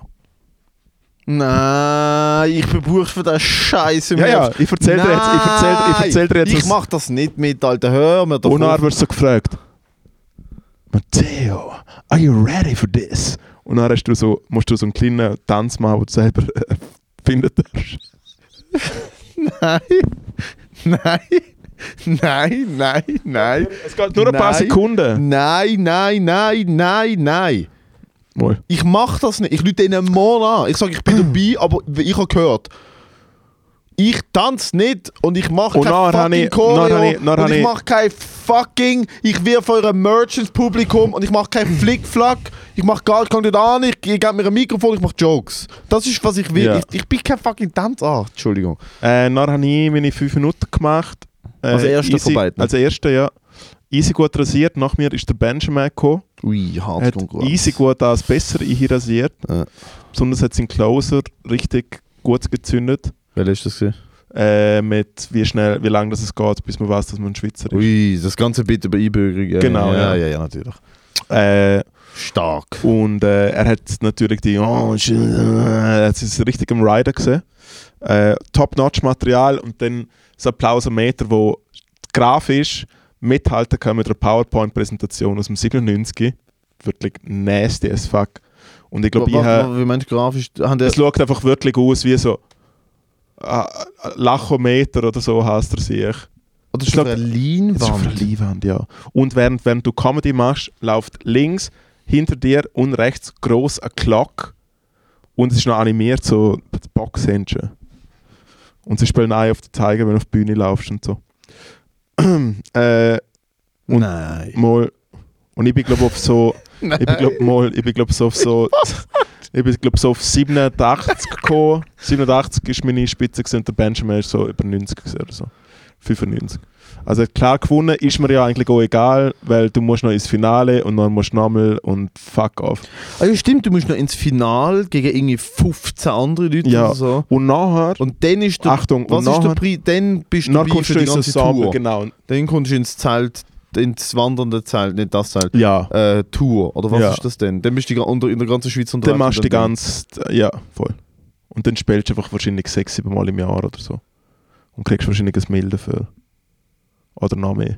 Nein, ich bin bucht für den Scheiße. Ja, ja, ich erzähl dir jetzt- ich erzähl- ich erzähl dir jetzt Ich was- mach das nicht mit, Alter. Hör mir doch Und dann auf. wird so gefragt, Matteo, are you ready for this? Und dann hast du so, musst du so einen kleinen Tanz machen, den du selber äh, finden darfst. Nein. Nein. Nein, nein, nein. Es geht nur ein paar Nein. Sekunden. Nein, nein, nein, nein, nein. Mal. Ich mach das nicht. Ich lüte ihnen morgen an. Ich sage, ich bin dabei, aber ich habe gehört. Ich tanze nicht und ich mache Und kein nachher hab fucking ich- nachher hab Choreo ich- nachher und hab ich ich- mache kein fucking, ich wirf eure Merch ins Publikum und ich mache kein Flickflack, ich mache gar ich komm nicht an, ich, ich gebe mir ein Mikrofon, ich mache Jokes. Das ist, was ich will. Ja. Ich, ich bin kein fucking Tanzer. Ah, Entschuldigung. Äh, dann habe ich meine 5 Minuten gemacht. Äh, Als erster Also von easy, beiden? Als erster, ja. Easy gut rasiert. Nach mir ist der Benjamin gekommen. Ui, Er hart hat easy gut als besser einrasiert. Ja. Besonders hat sein Closer richtig gut gezündet. Wer ist das? Äh, mit wie schnell, wie lange das es geht, bis man weiß, dass man ein Schweizer ist. Ui, das ganze Bit über Einbürgerung. Ja, Genau, ja, ja, ja. ja, ja, natürlich. Äh, Stark. Und äh, er hat natürlich die. Oh, sch- äh, er hat es richtig im Rider gesehen. Äh, Top-Notch-Material und dann das Applausometer, wo grafisch mithalten kann mit einer PowerPoint-Präsentation aus dem 97. Wirklich nasty as fuck. Und ich glaube, ich habe. Wie meinst du grafisch? Haben die- Es schaut einfach wirklich aus wie so. Äh, Lachometer oder so heißt er sich. Oder ist Ich das glaub, eine Es ist auf einer Leinwand? Leinwand, ja. Und während, während du Comedy machst, läuft links, hinter dir und rechts gross eine Glocke. Und es ist noch animiert, so Boxhändchen. Und sie spielen ein auf den Zeiger, wenn du auf die Bühne laufst und so. äh, Und- Nein. mal. Und ich bin, glaube auf so. Ich bin, glaub, mal, ich bin, glaub, so auf so. Ich bin, glaub, so auf 87 gekommen. 87 ist meine Spitze gewesen, und der Benjamin ist so über 90 gewesen oder so. 95. Also klar gewonnen ist mir ja eigentlich auch egal, weil du musst noch ins Finale und dann musst du nochmal und fuck off. Ah ja, stimmt, du musst noch ins Finale gegen irgendwie 15 andere Leute Ja. oder so. Und nachher, Und dann ist der, Achtung, und was ist der nachher- Preis? Dann bist du nachher dabei kommst für du die ins ganze Ensemble, Tour. genau. Dann kommst du ins Zelt, ins wandernde Zelt, nicht das Zelt. Ja, Äh, Tour, oder was Ja. ist das denn? Dann bist du die gra- unter, in der ganzen Schweiz unterwegs. dann machst du und die ganze, ja, voll. Und dann spielst du einfach wahrscheinlich sechs, sieben Mal im Jahr oder so. Und kriegst wahrscheinlich ein Mail dafür. Oder noch mehr.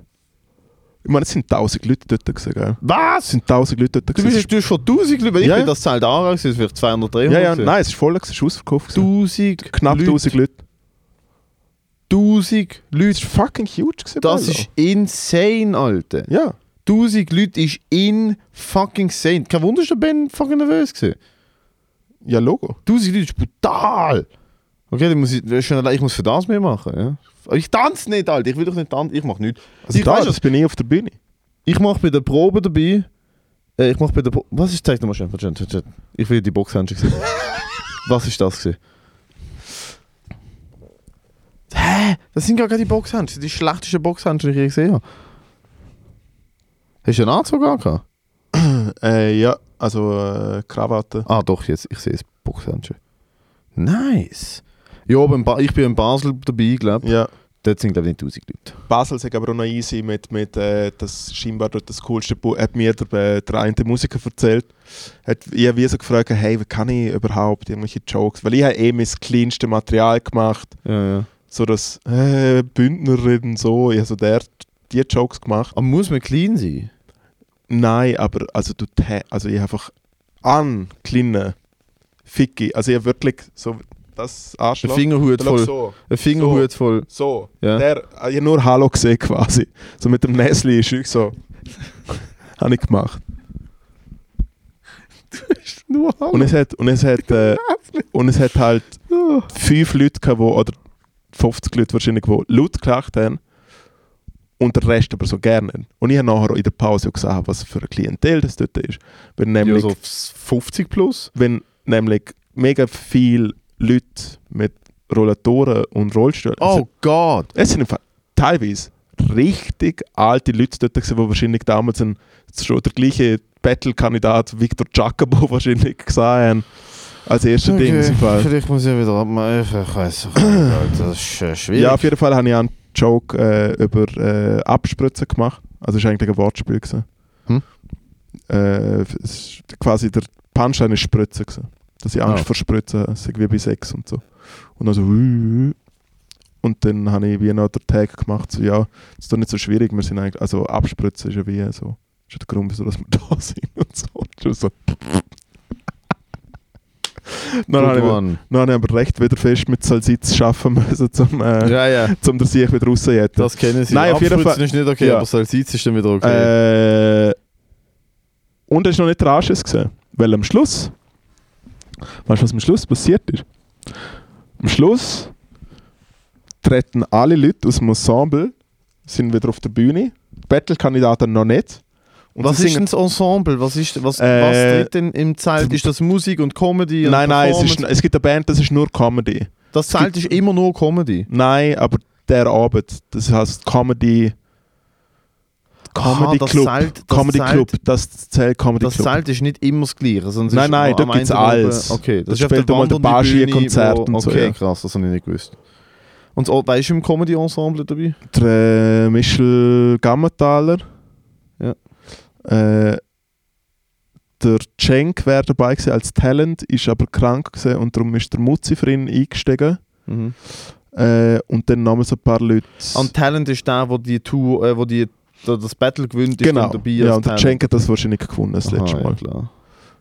Ich meine, es sind tausend Leute dort gewesen, gell? Es Was? sind tausend Leute dort Du gewesen. bist, du bist schon 1000 Leute, wenn ich Ja, bin ja. das Zelt angegangen, es waren vielleicht 200, 300. Ja, ja, gewesen. nein, es ist voll, gewesen, es ist ausverkauft. gewesen. 1000 Knapp Leute. 1000 Leute. 1000 Das Leute. ist fucking huge gewesen, Das Bello. ist insane, Alter. Ja. 1000 Leute ist in fucking insane. Kein Wunder, ist der Ben fucking nervös gewesen. Ja, Logo. 1000 Leute ist brutal. Okay, dann muss ich, das ist schon allein, ich muss für das mehr machen. Ja. Aber ich tanze nicht, Alter. Ich will doch nicht tanzen. Ich mache nichts. Also ich da, weiss das bin ich auf der Bühne. Ich mache bei der Probe dabei. Äh, ich mache bei der Pro Was ist Zeig nochmal schnell, schnell, schnell, schnell. Ich will die Box sehen. Was ist das gewesen? Hä? Das sind gar keine Boxhandschuhe. Die schlechtesten Boxhandschuhe, die ich je gesehen habe. Hast du einen Anzug angehabt? Äh, ja, also äh, Krawatte. Ah, doch, jetzt. Ich sehe es. Boxhandschuhe. Nice. Ja, aber in ba ich bin in Basel dabei, glaube ich. Ja. Dort sind, glaube ich, nicht 1000 Leute. Basel sagt aber auch noch easy mit, mit äh, das scheinbar dort das coolste Bu hat mir der, äh, der eine Musiker erzählt. Hat ich wie so gefragt, hey, wie kann ich überhaupt irgendwelche Jokes? Weil ich habe eh mein kleinste Material gemacht, Ja, ja. so das äh, Bündner reden so, ich habe so der, die Jokes gemacht. Aber muss man clean sein? Nein, aber also du tä- also ich hab einfach an kleine Ficki, also ich hab wirklich so das Ein Arschloch. Fingerhut Da schau voll. so, Ein Fingerhut voll. so. Ja. Der, ah, ich hab nur Hallo gesehen quasi. So mit dem Näsli ist ich so. hab ich gemacht. Nur Und es hat und es hat äh, und es hat halt fünf Leute gehabt, wo, oder 50 Leute wahrscheinlich, die laut gelacht haben. Und der Rest aber so gerne. Und ich habe nachher auch in der Pause auch gesehen, was für ein Klientel das dort ist. Wenn nämlich, Ja, so 50 plus. wenn nämlich mega viele Leute mit Rollatoren und Rollstühlen. also Oh Gott. Es sind im Fall teilweise richtig alte Leute dort, gewesen, die wahrscheinlich damals ein, schon der gleiche Battle-Kandidat Victor Jacobo wahrscheinlich gesehen haben. Als erstes Ding im Fall. Also- Vielleicht muss ich wieder abmachen. Ich weiß auch nicht, Alter. Das ist äh, schwierig. Ja, auf jeden Fall habe ich einen Joke äh, über äh, Abspritzen gemacht. Also es war eigentlich ein Wortspiel. Gewesen. Hm? Äh, es ist quasi der Punchline ist Spritzen. Gewesen. Dass ich Angst Ah. vor Spritzen habe, so wie bei Sex und so. Und dann so... "Ui, ui." Und dann habe ich wie noch den Tag gemacht, so ja, es ist doch nicht so schwierig, wir sind eigentlich... Also Abspritzen ist ja wie so... Das ist ja der Grund, wieso dass wir da sind und so. Und schon so. dann habe ich, dann Mann. habe ich aber recht wieder fest mit Salsitz arbeiten müssen, zum... Äh, Ja, ja. zum der sich wieder rausjagt. Das kennen sie. Nein, auf jeden Abspritzen Fall- ist nicht okay, Ja. aber Salsiz ist dann wieder okay. Äh, und es war noch nicht der Anschiss. gewesen, Weil am Schluss, weißt du, was am Schluss passiert ist? Am Schluss treten alle Leute aus dem Ensemble, sind wieder auf der Bühne, Battle-Kandidaten noch nicht. Und was sie ist denn das Ensemble? Was, ist, was, Äh, was tritt denn im Zelt? Ist das Musik und Comedy? und Nein, nein, es, ist, Performance? es gibt eine Band, das ist nur Comedy. Das Zelt ist immer nur Comedy. Nein, aber der Abend, das heißt Comedy. Comedy das Club. Zelt- das Comedy Zelt- Club, das zählt Comedy Das Club. Zelt ist nicht immer das Gleiche. sondern es Nein, ist nein, am dort gibt's einen oben- alles. Okay, das Dort ist auf der spielt einmal der wandernden Baschi-Konzert Bühne, wo- und so, Okay, ja. krass, das habe ich nicht gewusst. Und das, weißt du im Comedy-Ensemble dabei? der äh, Michel Gammentaler. Ja. Äh, der Cenk wäre dabei gewesen als Talent, ist aber krank gewesen und darum ist der Mutzi für ihn eingestiegen. Mhm. Äh, und dann nochmal so ein paar Leute. Ah, Und Talent ist der, wo die Tour, äh, wo die da das Battle gewinnt, ist genau. dann dabei ja, als und der Talent. Cenk hat das wahrscheinlich gewonnen das Aha, letzte Ja, Mal. klar.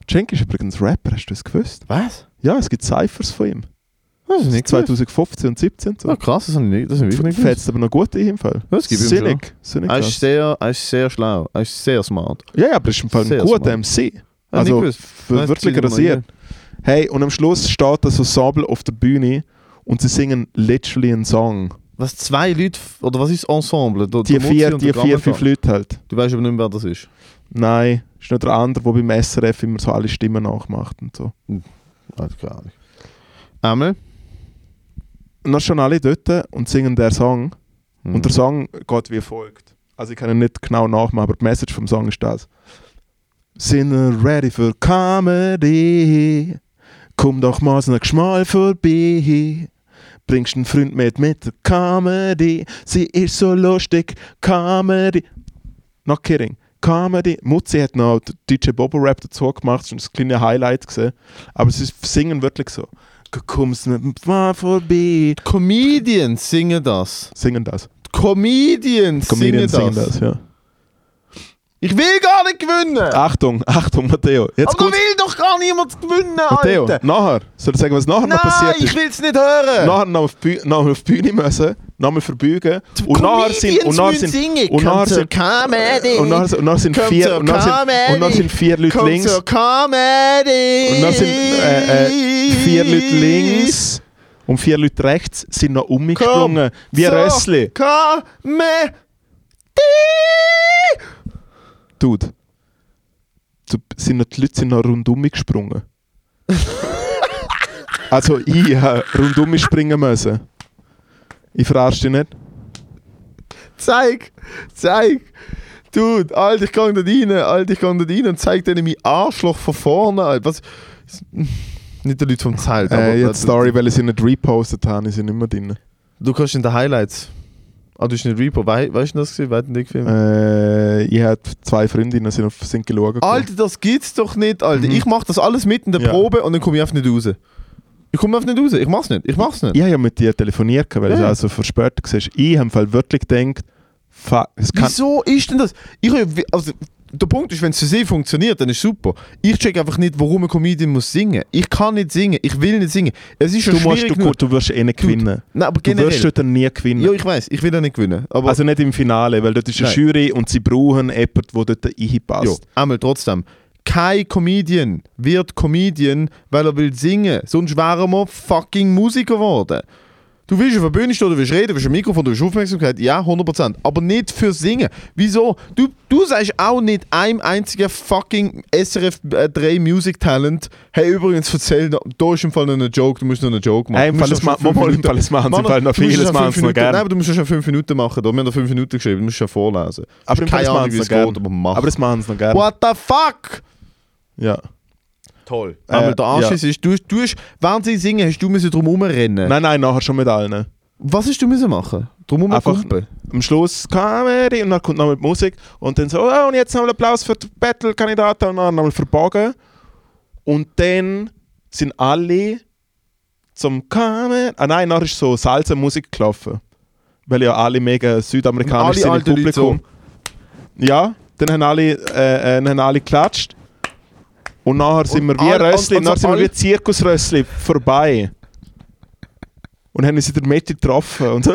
Cenk ist übrigens Rapper, hast du das gewusst? Was? Ja, es gibt Cyphers von ihm. Das ist Das nicht ist gewusst. 2015 und 17 so. Ah, krass, das habe ich nicht, das habe ich wirklich nicht gewusst. Fetzt aber noch gut ein im Fall. Das gibt ihm Sinnig. Sinnig. Er ist krass. sehr, er ist sehr schlau, er ist sehr smart. Ja, ja, aber ist im Fall ein Sehr guter smart. Hab MC. ich Also, nicht gewusst. w- Nein, das wirklich sieht man rasiert. Hey, und am Schluss steht das Ensemble auf der Bühne und sie singen literally einen Song. Was, zwei Leute, f- oder was ist das Ensemble? Der, Die der Mutzi vier, und die der vier, Grammaton. fünf Leute halt. Du weißt aber nicht mehr, wer das ist. Nein, ist nicht der andere, der beim SRF immer so alle Stimmen nachmacht und so. Ah, Also, keine Ahnung. Einmal? Und dann schon alle dort und singen der Song. Und der Song geht wie folgt. Also ich kann ihn nicht genau nachmachen, aber die Message vom Song ist das. Sind wir ready für Comedy? Komm doch mal so Geschmal vorbei. Bringst einen Freund mit mit der Comedy. Sie ist so lustig. Comedy. Not kidding. Comedy. Mutzi hat noch den DJ Bobo Rap dazu gemacht. Das war ein kleines Highlight. Gewesen. Aber sie singen wirklich so. Kommst mit dem Mal vorbei. Comedians singen das. Singen das. Comedians, Comedians singen singen das. das, ja. Ich will gar nicht gewinnen. Achtung, Achtung, Matteo. Ah, Jetzt Aber da kommt will doch gar niemand gewinnen, Matteo. Alter. Nachher. Soll ich sagen, was nachher Nein, noch passiert ist? ich will es nicht hören. Nachher noch auf die Bühne, noch auf die Bühne müssen, nochmal verbeugen. Und nachher sind, und nachher sind, und nachher sind, Comedy. und nachher, und nachher sind Kommt vier, zur und nachher sind, und nachher sind vier Leute Kommt links. zur Comedy. Und dann sind äh, äh, vier Leute links und vier Leute rechts sind noch umgesprungen. Wie zur Rössli. Comedy. Dude. Du, sind noch, die Leute sind noch rundum gesprungen. also ich habe rundum springen müssen. Ich verarsche dich nicht. Zeig, zeig. Dude, halt Alter, ich kann da rein, halt Alter, ich kann da rein und zeig denen mein Arschloch von vorne. Alter. Was? Nicht die Leute vom Zelt, aber Äh, jetzt sorry, weil ich sie nicht repostet habe, ich sind nicht mehr drin. du kannst in den Highlights. Ah, du bist nicht Repo, Wei weißt du das gesehen? Weißt du den Film? Äh, ich habe zwei Freundinnen, sind, auf, sind geschaut. gekommen. Alter, das gibt's doch nicht, Alter. Mhm. Ich mach das alles mit in der Ja. Probe und dann komme ich einfach nicht raus. Ich komme einfach nicht raus. Ich mach's nicht. Ich mach's nicht. Ich habe ja mit dir telefoniert, weil es Ja. also verspätet war. Ich habe im Fall wirklich gedacht, fuck, es kann... Wieso ist denn das? Ich, hab- also, der Punkt ist, wenn es für sie funktioniert, dann ist super. Ich check einfach nicht, warum ein Comedian muss singen. Ich kann nicht singen. Ich will nicht singen. Es ist schon Du, musst, schwierig du, genug. du wirst eh nicht Dude, gewinnen. Nein, aber Du wirst generell. dort nie gewinnen. Ja, ich weiß. Ich will ja nicht gewinnen. Aber also nicht im Finale, weil dort ist eine Nein. Jury und sie brauchen jemanden, der dort ja, reinpasst. einmal trotzdem. Kein Comedian wird Comedian, weil er will singen. Sonst wären wir fucking Musiker geworden. Du willst auf der Bühne stehen, du willst reden, du willst ein Mikrofon, du willst Aufmerksamkeit. Ja, 100%. Aber nicht für Singen. Wieso? Du, du sagst auch nicht einem einzigen fucking SRF 3 äh, Music Talent, hey, übrigens, erzähl, noch- da ist im Fall noch ein Joke, du musst noch einen Joke machen. Hey, im Du musst Fall, es noch ma- fünf mal, im Minuten- Fall, es machen sie im Mann, Fall noch du musst vieles, schon machen fünf sie noch Minuten- gerne. Nein, aber du musst ja schon 5 Minuten machen. Da haben wir noch 5 Minuten geschrieben, du musst ja vorlesen. Aber im Fall, keine es Ahnung, machen wie sie noch es geht, gerne. aber mach. Aber es machen sie noch gerne. What the fuck? Ja. Toll. Aber der Arsch Äh, ja. ist, du, du hast, während sie singen, hast du müssen drum herumrennen. Nein, nein, nachher schon mit allen. Was hast du müssen machen? Drum Einfach herumkumpeln? am Schluss Comedy und dann kommt nochmal die Musik und dann so, oh, und jetzt nochmal Applaus für die Battle-Kandidaten und dann nochmal verbogen. Und dann sind alle zum Comedy. Ah nein, nachher ist so Salsa-Musik gelaufen. Weil ja alle mega Alle südamerikanisch sind im alten Leute Publikum. Ja, dann haben alle, äh, äh, dann haben alle geklatscht. Und nachher sind wir wie alle- und- Rössli, und nachher sind wir alle- wie Zirkusrössli vorbei. Und haben uns in der Mitte getroffen und so,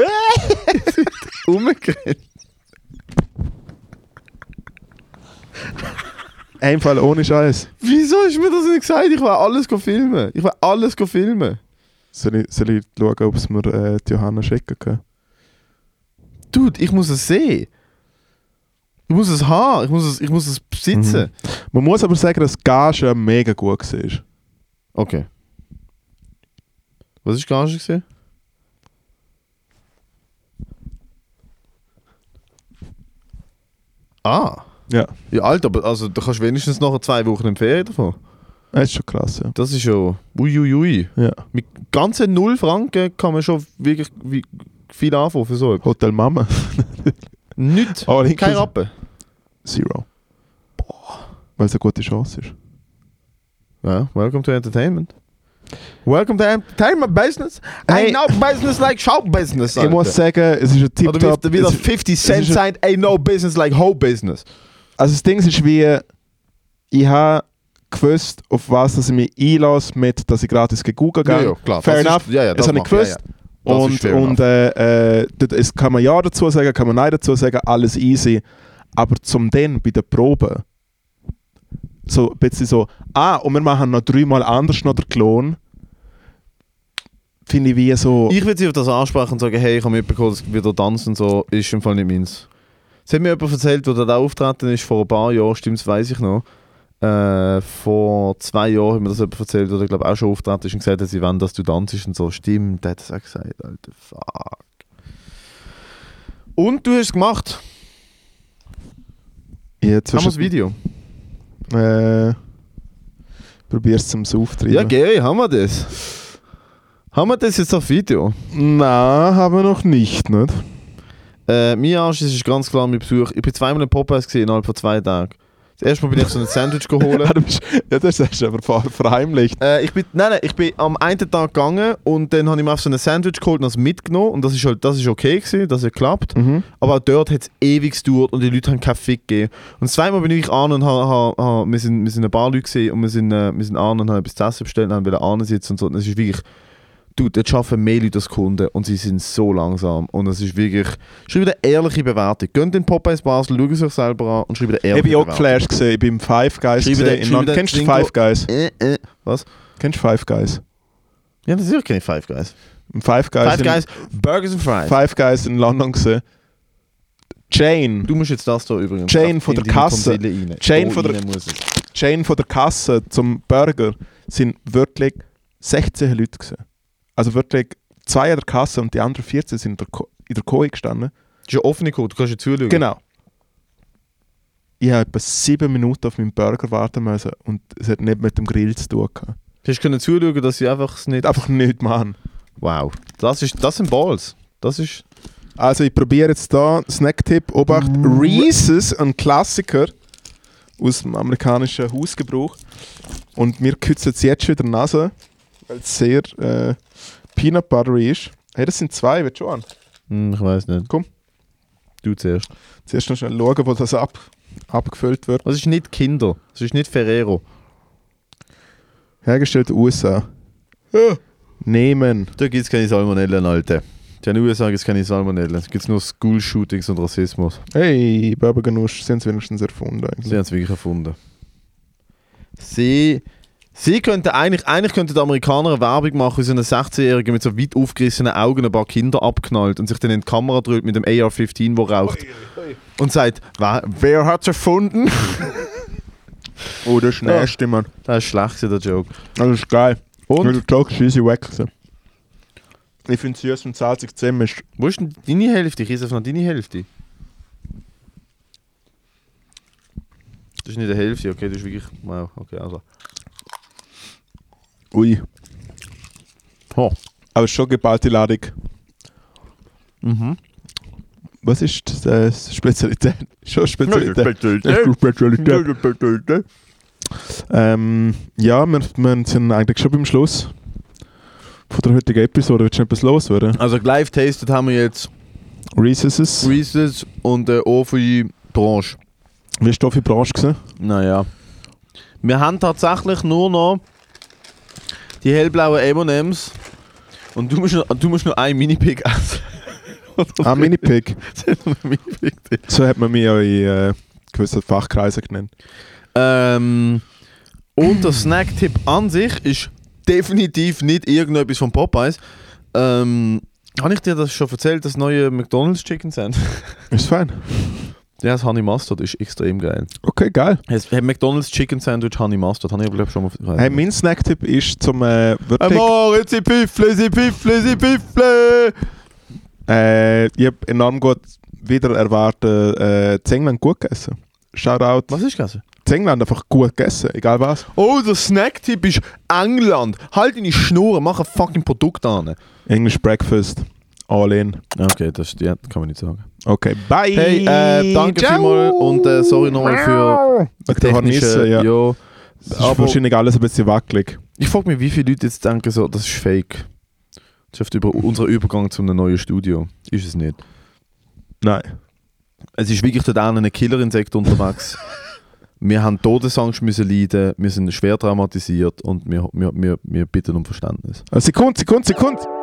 Umgerannt. Einfach ohne Scheiß. Wieso hast du mir das nicht gesagt? Ich will alles go filmen. Ich will alles go filmen. Soll ich, soll ich schauen, ob es mir äh, die Johanna schicken kann? Dude, ich muss es sehen. Ich muss es haben. Ich muss es, ich muss es besitzen. Man muss aber sagen, dass die Gage mega gut war. Okay. Was ist gar nicht gesehen? Ah. Ja. Ja, Alter, aber also, da kannst du wenigstens nachher zwei Wochen in die Ferien davon. Das ist schon krass, ja. Das ist ja. Uiuiui. ja. Mit ganzen 0 Franken kann man schon wirklich wie, viel anfangen für so etwas. Hotel Mama. Nicht. All Kein inclusive. Rappen. Zero. Weil es eine gute Chance ist. Ja, welcome to entertainment. Welcome to entertainment business. Hey. I know business like show business. Ich muss Alter. sagen, es ist ein Oder wie, Tip-Top. wie das es ist- 50 es Cent ist- sagt, I know business like hoe business. Also das Ding ist wie, ich habe gewusst, auf was dass ich mich einlasse, mit, dass ich gratis gegoogelt Ja, gehe. ja, klar. Fair Das enough. ist- ja, ja, das das habe macht- ich ja, gewusst. ja. Das ist Und, fair und äh, äh, dort- es kann man ja dazu sagen, kann man nein dazu sagen, alles easy. Aber zum dann bei der Probe, so ein bisschen so, ah, und wir machen noch dreimal anders noch den Klon, finde ich wie so, Ich würde sie auf das ansprechen und sagen, hey, ich habe mitbekommen, dass wieder tanzen so ist im Fall nicht meins. Es hat mir jemand erzählt, der da auftreten ist vor ein paar Jahren, stimmt's, weiß ich noch. Äh, vor zwei Jahren hat mir das jemand erzählt, der glaube auch schon auftreten ist und gesagt hat, sie wollen, dass du tanzt und so. Stimmt, der hat das auch gesagt, Alter, fuck. Und du hast es gemacht. Jetzt Haben wir das Video? Äh, probier's zum Auftreiben. Ja, Gary, haben wir das? Haben wir das jetzt auf Video? Nein, haben wir noch nicht, nicht? Äh, mein Arsch ist ist ganz klar mein Besuch. Ich bin zweimal in Popeyes gesehen innerhalb von zwei Tagen. Das erste Mal bin ich so ein Sandwich geholt. Ja, du bist- ja, das hast du aber ver verheimlicht. Äh, ich bin, nein, nein, ich bin am einen Tag gegangen und dann habe ich mir auf so ein Sandwich geholt und das mitgenommen und das ist halt, das ist okay gewesen, das hat geklappt. Mhm. Aber auch dort hat es ewig gedauert und die Leute haben keinen Fick gegeben. Und zweimal bin ich an und ha, ha, ha, wir, sind, wir sind ein paar Leute gesehen und wir sind, äh, wir sind an und haben etwas zu essen bestellt und haben wieder an sitzen und so. Und es ist wirklich, dude, jetzt arbeiten mehr Leute als Kunden und sie sind so langsam und es ist wirklich, schreibt eine ehrliche Bewertung. Geht in Popeyes Basel, schaut es euch selber an und schreibt eine Ich ehrliche bin auch Bewertung. geflasht gesehen, ich bin im Five Guys Schreibe gesehen. den- in London. schreibe den Kennst du Jingle. Five Guys? Äh, äh. Was? Kennst du Five Guys? Ja, das ist wirklich keine Five Guys. Im Five Guys, Five in, Guys, Burgers and Fries. Five Guys in London gesehen. Jane. Du musst jetzt das da übrigens. Jane ab- von der in deine Kasse. Tonsille rein. Jane Da von der- rein muss es. Jane von der Kasse zum Burger sind wirklich 16 Leute gewesen. Also wirklich zwei an der Kasse und die anderen 14 sind in der, Ko in der Kohle gestanden. Das ist ja offene Code, du kannst ja zuschauen. Genau. Ich habe etwa sieben Minuten auf meinen Burger warten müssen und es hat nicht mit dem Grill zu tun gehabt. Du hast können zuschauen, dass sie einfach es nicht. Einfach nicht machen. Wow. Das, ist, das sind Balls. Das ist. Also ich probiere jetzt da Snacktipp. Obacht, Mm. Reese's, ein Klassiker aus dem amerikanischen Hausgebrauch. Und mir kützt es jetzt schon in der Nase, weil es sehr äh, Peanut Buttery ist. Hey, das sind zwei, willst du an? Hm, ich weiß nicht. Komm. Du zuerst. Zuerst noch schnell schauen, wo das ab, abgefüllt wird. Das ist nicht Kinder. Das ist nicht Ferrero. Hergestellt in den USA. Nehmen. Da gibt es keine Salmonellen, Alter. Die in den USA gibt es keine Salmonellen. Es gibt nur School-Shootings und Rassismus. Hey, Bourbon-Genusch, sie haben es wenigstens erfunden eigentlich. Sie haben es wirklich erfunden. Sie, sie könnten eigentlich, eigentlich könnten die Amerikaner eine Werbung machen, wie so einen 16-Jährigen mit so weit aufgerissenen Augen ein paar Kinder abknallt und sich dann in die Kamera drückt mit dem AR-15, wo raucht. Und sagt, wer, wer hat's erfunden? Ah. Oder Schneestimmen. Das ist schlecht, gewesen, der Joke. Ja. Das ist geil. Und? Der Joke ist easy weg. gewesen. Ich finde süß und salzig zusammen ist Wo ist denn deine Hälfte? Ich esse noch deine Hälfte. Das ist nicht eine Hälfte, okay, das ist wirklich... Wow, okay, also... Ui. Oh. Aber schon geballte Ladung. Mhm. Was ist das, äh, Spezialität? Schon Spezialität. Spezialität. Nein, Ähm, ja, wir, wir sind eigentlich schon beim Schluss von der heutigen Episode. Willst du noch etwas loswerden? also live tasted haben wir jetzt Reese's. Reese's und äh, der OVI Branche. Wie ist du für die Branche gewesen? Naja. Wir haben tatsächlich nur noch die hellblauen MMs. Und du musst noch, du musst noch einen Minipig essen. Ah, Minipig. Minipig. So hat man mich ja in äh, gewissen Fachkreisen genannt. Ähm, und der Snacktipp an sich ist definitiv nicht irgendetwas von Popeyes. Ähm, habe ich dir das schon erzählt, das neue McDonalds Chicken Sandwich? Ist fein. Ja, das Honey Mustard ist extrem geil. Okay, geil. Es hat McDonalds Chicken Sandwich Honey Mustard, habe ich glaube schon mal weiß Hey, nicht. mein Snacktipp ist zum äh, wirklich. Moritz, sie piffle, sie piffle, sie piffle! Äh, ich habe enorm gut wieder erwartet, äh, in England gut gegessen. Shoutout. Was ist das? In England einfach gut gegessen, egal was. Oh, der Snacktipp ist England. Halt deine Schnur, mach ein fucking Produkt an. English Breakfast. All in. Okay, das ja, kann man nicht sagen. Okay, bye. Hey, äh, danke vielmals und äh, sorry nochmal für die Der Hornisse, technische... ja. ja. Das ist Aber- wahrscheinlich alles ein bisschen wackelig. Ich frage mich, wie viele Leute jetzt denken so, das ist fake. Das ist oft über unser Übergang zu einem neuen Studio. Ist es nicht. Nein. Es ist wirklich dort auch ein Killerinsekt unterwegs. wir haben Todesangst müssen leiden, wir sind schwer traumatisiert und wir, wir, wir, wir bitten um Verständnis. Äh, Sekunde, Sekunde, Sekunde.